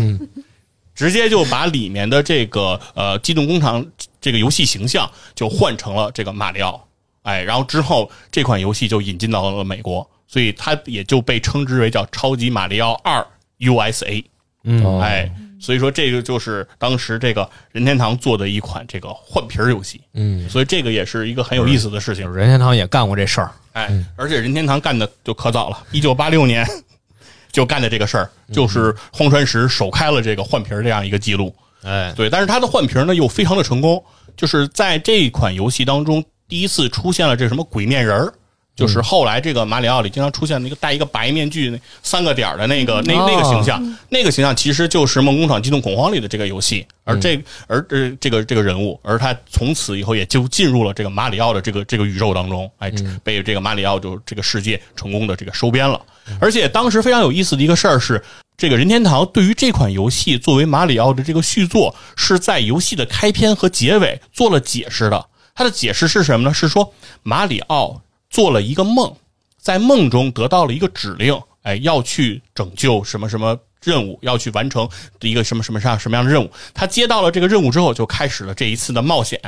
直接就把里面的这个呃《机动工厂》这个游戏形象就换成了这个马里奥，哎，然后之后这款游戏就引进到了美国，所以它也就被称之为叫《超级马里奥二 USA》，
哦
嗯，
哎，所以说这个就是当时这个任天堂做的一款这个换皮儿游戏，
嗯，
所以这个也是一个很有意思的事情，
任天堂也干过这事儿，
哎，
嗯
而且任天堂干的就可早了，一九八六年 就干的这个事儿，
嗯
就是荒川石首开了这个换皮儿这样一个记录。
哎，
对，但是它的换皮呢又非常的成功，就是在这款游戏当中第一次出现了这什么鬼面人儿。就是后来这个马里奥里经常出现那个戴一个白面具、那三个点儿的那个那那个形象，那个形象其实就是《梦工厂：机动恐慌》里的这个游戏，而这而这这个这个人物，而他从此以后也就进入了这个马里奥的这个这个宇宙当中，哎，被这个马里奥就这个世界成功的这个收编了。而且当时非常有意思的一个事儿是，这个任天堂对于这款游戏作为马里奥的这个续作，是在游戏的开篇和结尾做了解释的。它的解释是什么呢？是说马里奥做了一个梦，在梦中得到了一个指令，哎，要去拯救什么什么任务，要去完成一个什么什么上什么样的任务。他接到了这个任务之后，就开始了这一次的冒险。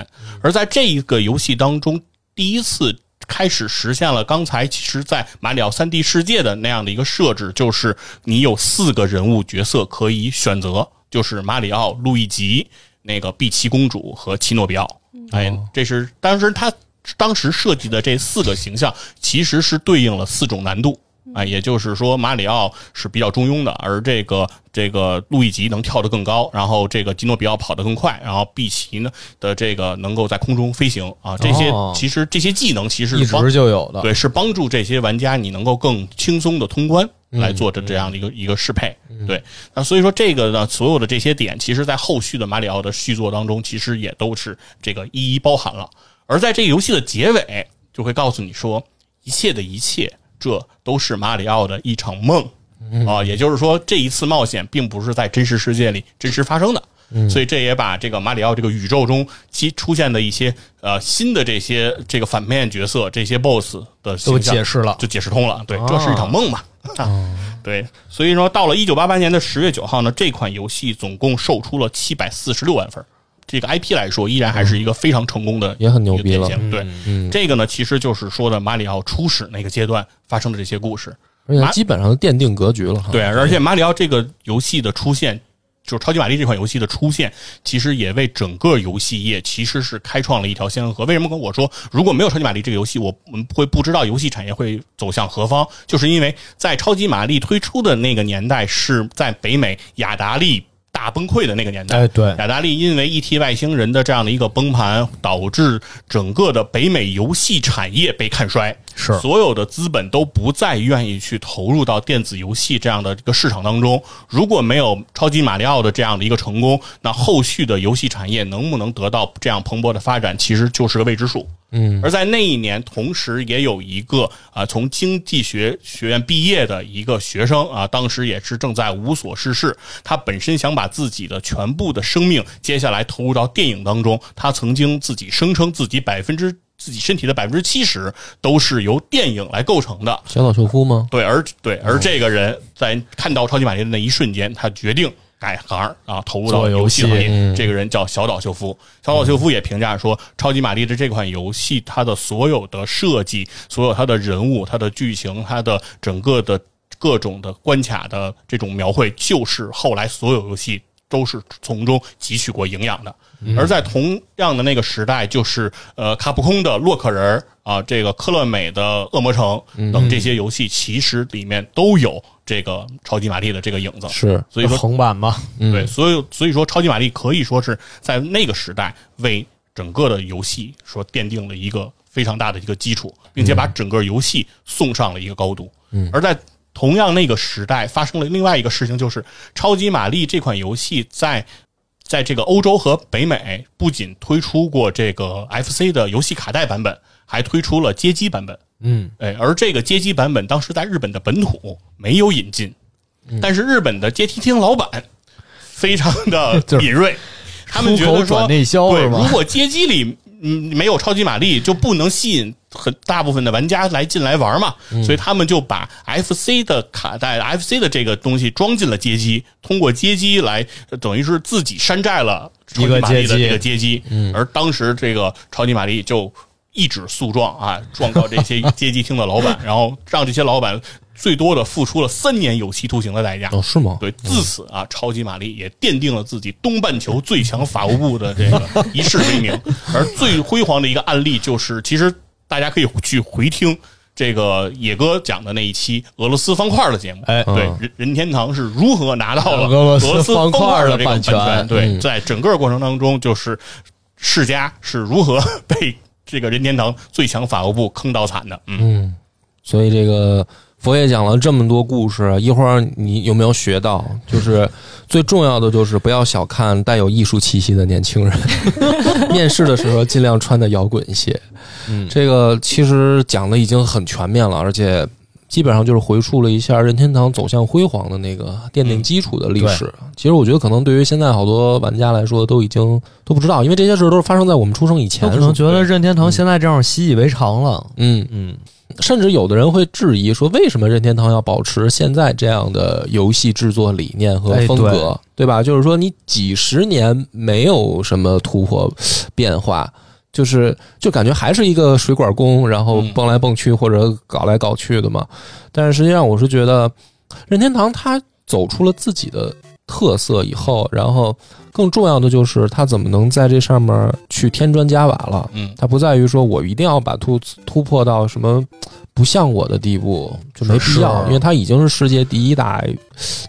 而在这一个游戏当中，第一次开始实现了刚才其实，在马里奥三 D 世界的那样的一个设置，就是你有四个人物角色可以选择，就是马里奥、路易吉、那个碧琪公主和奇诺比奥。哎，这是当时他当时设计的这四个形象，其实是对应了四种难度。啊，也就是说，马里奥是比较中庸的，而这个这个路易吉能跳得更高，然后这个基诺比奥跑得更快，然后碧琪呢的这个能够在空中飞行啊，这些、
哦
其实这些技能其实
一
是帮
直就有的，
对，是帮助这些玩家你能够更轻松的通关
嗯
来做这这样的一个、一个适配。对，那所以说这个呢，所有的这些点，其实在后续的马里奥的续作当中，其实也都是这个一一包含了。而在这个游戏的结尾，就会告诉你说，一切的一切，这都是马里奥的一场梦。
嗯
啊，也就是说，这一次冒险并不是在真实世界里真实发生的，
嗯
所以这也把这个马里奥这个宇宙中其出现的一些呃新的这些这个反面角色、这些 BOSS 的
都
形象
解释了，
就解释通了。对
啊，
这是一场梦 嘛。啊对，所以说到了一九八八年的十月九号呢，这款游戏总共售出了七百四十六万份儿。这个 IP 来说，依然还是一个非常成功的
也很牛逼了
一个典型对，
嗯，
这个呢，其实就是说的马里奥初始那个阶段发生的这些故事。
而且基本上奠定格局了哈。
对，啊而且马里奥这个游戏的出现，就是超级玛丽这款游戏的出现，其实也为整个游戏业其实是开创了一条先河。为什么跟我说，如果没有超级玛丽这个游戏，我们会不知道游戏产业会走向何方？就是因为在超级玛丽推出的那个年代，是在北美雅达利大崩溃的那个年代。
哎，对，
雅达利因为 ET 外星人的这样的一个崩盘，导致整个的北美游戏产业被看衰，
是
所有的资本都不再愿意去投入到电子游戏这样的一个市场当中。如果没有超级马里奥的这样的一个成功，那后续的游戏产业能不能得到这样蓬勃的发展，其实就是个未知数。
嗯，
而在那一年，同时也有一个啊、从经济学学院毕业的一个学生啊，当时也是正在无所事事。他本身想把自己的全部的生命接下来投入到电影当中。他曾经自己声称自己百分之自己身体的百分之七十都是由电影来构成的。
小岛秀夫吗？
对，而对而这个人在看到超级玛丽的那一瞬间，他决定改行儿啊，投入到
做游
游戏行
戏嗯
业。这个人叫小岛秀夫。小岛秀夫也评价说，超级玛丽的这款游戏，它的所有的设计、所有它的人物、它的剧情、它的整个的各种的关卡的这种描绘，就是后来所有游戏都是从中汲取过营养的。
嗯
而在同样的那个时代，就是呃，卡普空的洛克人儿啊，这个科乐美的恶魔城等这些游戏，其实里面都有这个超级玛丽的这个影子。
是，
所以说，
横版嘛，
嗯
对，所以所以说，超级玛丽可以说是在那个时代为整个的游戏说奠定了一个非常大的一个基础，并且把整个游戏送上了一个高度。嗯，而在同样那个时代发生了另外一个事情，就是超级玛丽这款游戏在在这个欧洲和北美不仅推出过这个 FC 的游戏卡带版本，还推出了街机版本。
嗯，
哎，而这个街机版本当时在日本的本土没有引进，
嗯
但是日本的街机厅老板非常的
就是
敏锐，他们觉
出
得
口转
说，
内销
对，
是
如
吗？
果街机里嗯没有超级玛丽，就不能吸引很大部分的玩家来进来玩嘛，所以他们就把 FC 的卡带、FC 的这个东西装进了街机，通过街机来呃等于是自己山寨了超级玛丽的这个街机，嗯而当时这个超级玛丽就。一纸诉状啊，状告这些街机厅的老板，然后让这些老板最多的付出了三年有期徒刑的代价。
哦，是吗？
对，自此啊，超级玛丽也奠定了自己东半球最强法务部的这个一世为名。而最辉煌的一个案例就是，其实大家可以去回听这个野哥讲的那一期俄罗斯方块的节目。
哎
对
嗯，
任任天堂是如何拿到了
俄罗斯
斯
方
块
块的
这个版
版权
对，
嗯
在整个过程当中，就是世嘉是如何 被这个任天堂最强法务部坑到惨的。嗯，
嗯，所以这个佛爷讲了这么多故事，一会儿你有没有学到？就是最重要的就是不要小看带有艺术气息的年轻人， 面试的时候尽量穿的摇滚一些。
嗯
这个其实讲的已经很全面了，而且。基本上就是回溯了一下任天堂走向辉煌的那个奠定基础的历史。其实我觉得，可能对于现在好多玩家来说，都已经都不知道，因为这些事儿都是发生在我们出生以前
我
的时
可
候。
能觉得任天堂现在这样习以为常了。
嗯，
嗯，
甚至有的人会质疑说，为什么任天堂要保持现在这样的游戏制作理念和风
哎
格，
对
对吧？就是说，你几十年没有什么突破变化，就是就感觉还是一个水管工，然后
嗯
蹦来蹦去或者搞来搞去的嘛。但是实际上，我是觉得任天堂它走出了自己的特色以后，然后更重要的就是它怎么能在这上面去添砖加瓦了。
嗯
它不在于说我一定要把突突破到什么不像我的地步，就没必要，
啊
是
因为它已经是世界第一大，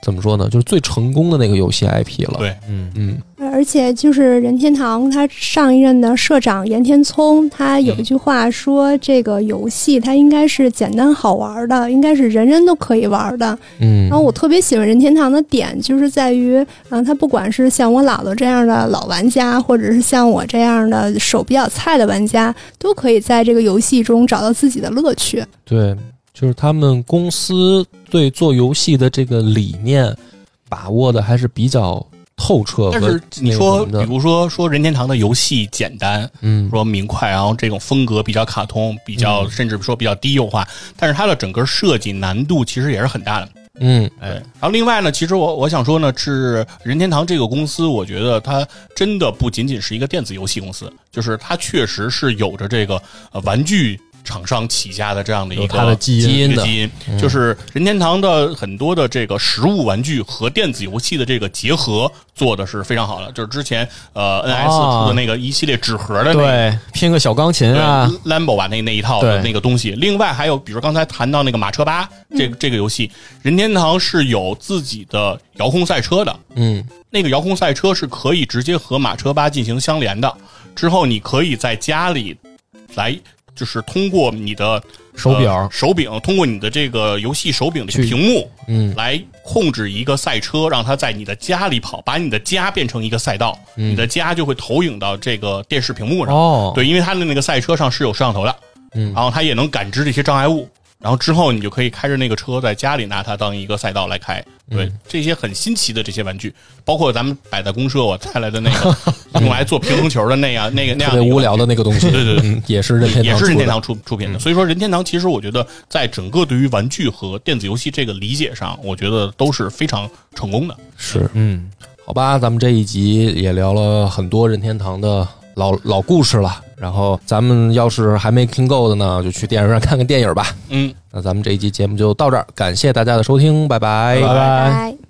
怎么说呢，就是最成功的那个游戏 IP 了。
对
嗯，
嗯，
而且就是任天堂，他上一任的社长岩田聪，他有一句话说：“这个游戏它应该是简单好玩的，应该是人人都可以玩的。”
嗯，
然后我特别喜欢任天堂的点就是在于，嗯、他不管是像我姥姥这样的老玩家，或者是像我这样的手比较菜的玩家，都可以在这个游戏中找到自己的乐趣。
对，就是他们公司对做游戏的这个理念把握的还是比较透彻和
但
那个
是
什么的。
你说，比如说说任天堂的游戏简单，
嗯，
说明快，然后这种风格比较
嗯
卡通，比较甚至说比较低幼化，但是它的整个设计难度其实也是很大的。
嗯
对，
哎，
然后另外呢，其实我我想说呢，是任天堂这个公司，我觉得它真的不仅仅是一个电子游戏公司，就是它确实是有着这个呃玩具厂商起家的这样的一
有
个
它的嗯基因
基因
一个
的
基因，就是任天堂的很多的这个实物玩具和电子游戏的这个结合做的是非常好的，就是之前呃
哦
NS 出的那个一系列纸盒的那个。
对，拼个小钢琴啊，
Lambo 吧，那那一套的
对
那个东西。另外还有，比如刚才谈到那个马车吧，这
嗯
个、这个游戏，任天堂是有自己的遥控赛车的，
嗯
那个遥控赛车是可以直接和马车吧进行相连的。之后你可以在家里来，就是通过你的
手
呃
表
手柄，通过你的这个游戏手柄的
去
屏幕
嗯
来控制一个赛车，让它在你的家里跑，把你的家变成一个赛道，
嗯
你的家就会投影到这个电视屏幕上。
哦，
对，因为它的那个赛车上是有摄像头的，
嗯
然后它也能感知这些障碍物，然后之后你就可以开着那个车在家里拿它当一个赛道来开。对，
嗯
这些很新奇的这些玩具，包括咱们百代公社我带来的那个 用来做乒乓球的那样那个那
特
样
别
的一个
无聊的那个东西，
对对对
嗯，也是任天堂
也是任
出
天
的
堂出出品的，所以说任天堂其实我觉得在整个对于玩具和电子游戏这个理解上，我觉得都是非常成功的。
是
嗯，
好吧，咱们这一集也聊了很多任天堂的老老故事了。然后咱们要是还没听够的呢，就去电影院看看电影吧。
嗯，
那咱们这一集节目就到这儿，感谢大家的收听，拜拜
拜
拜。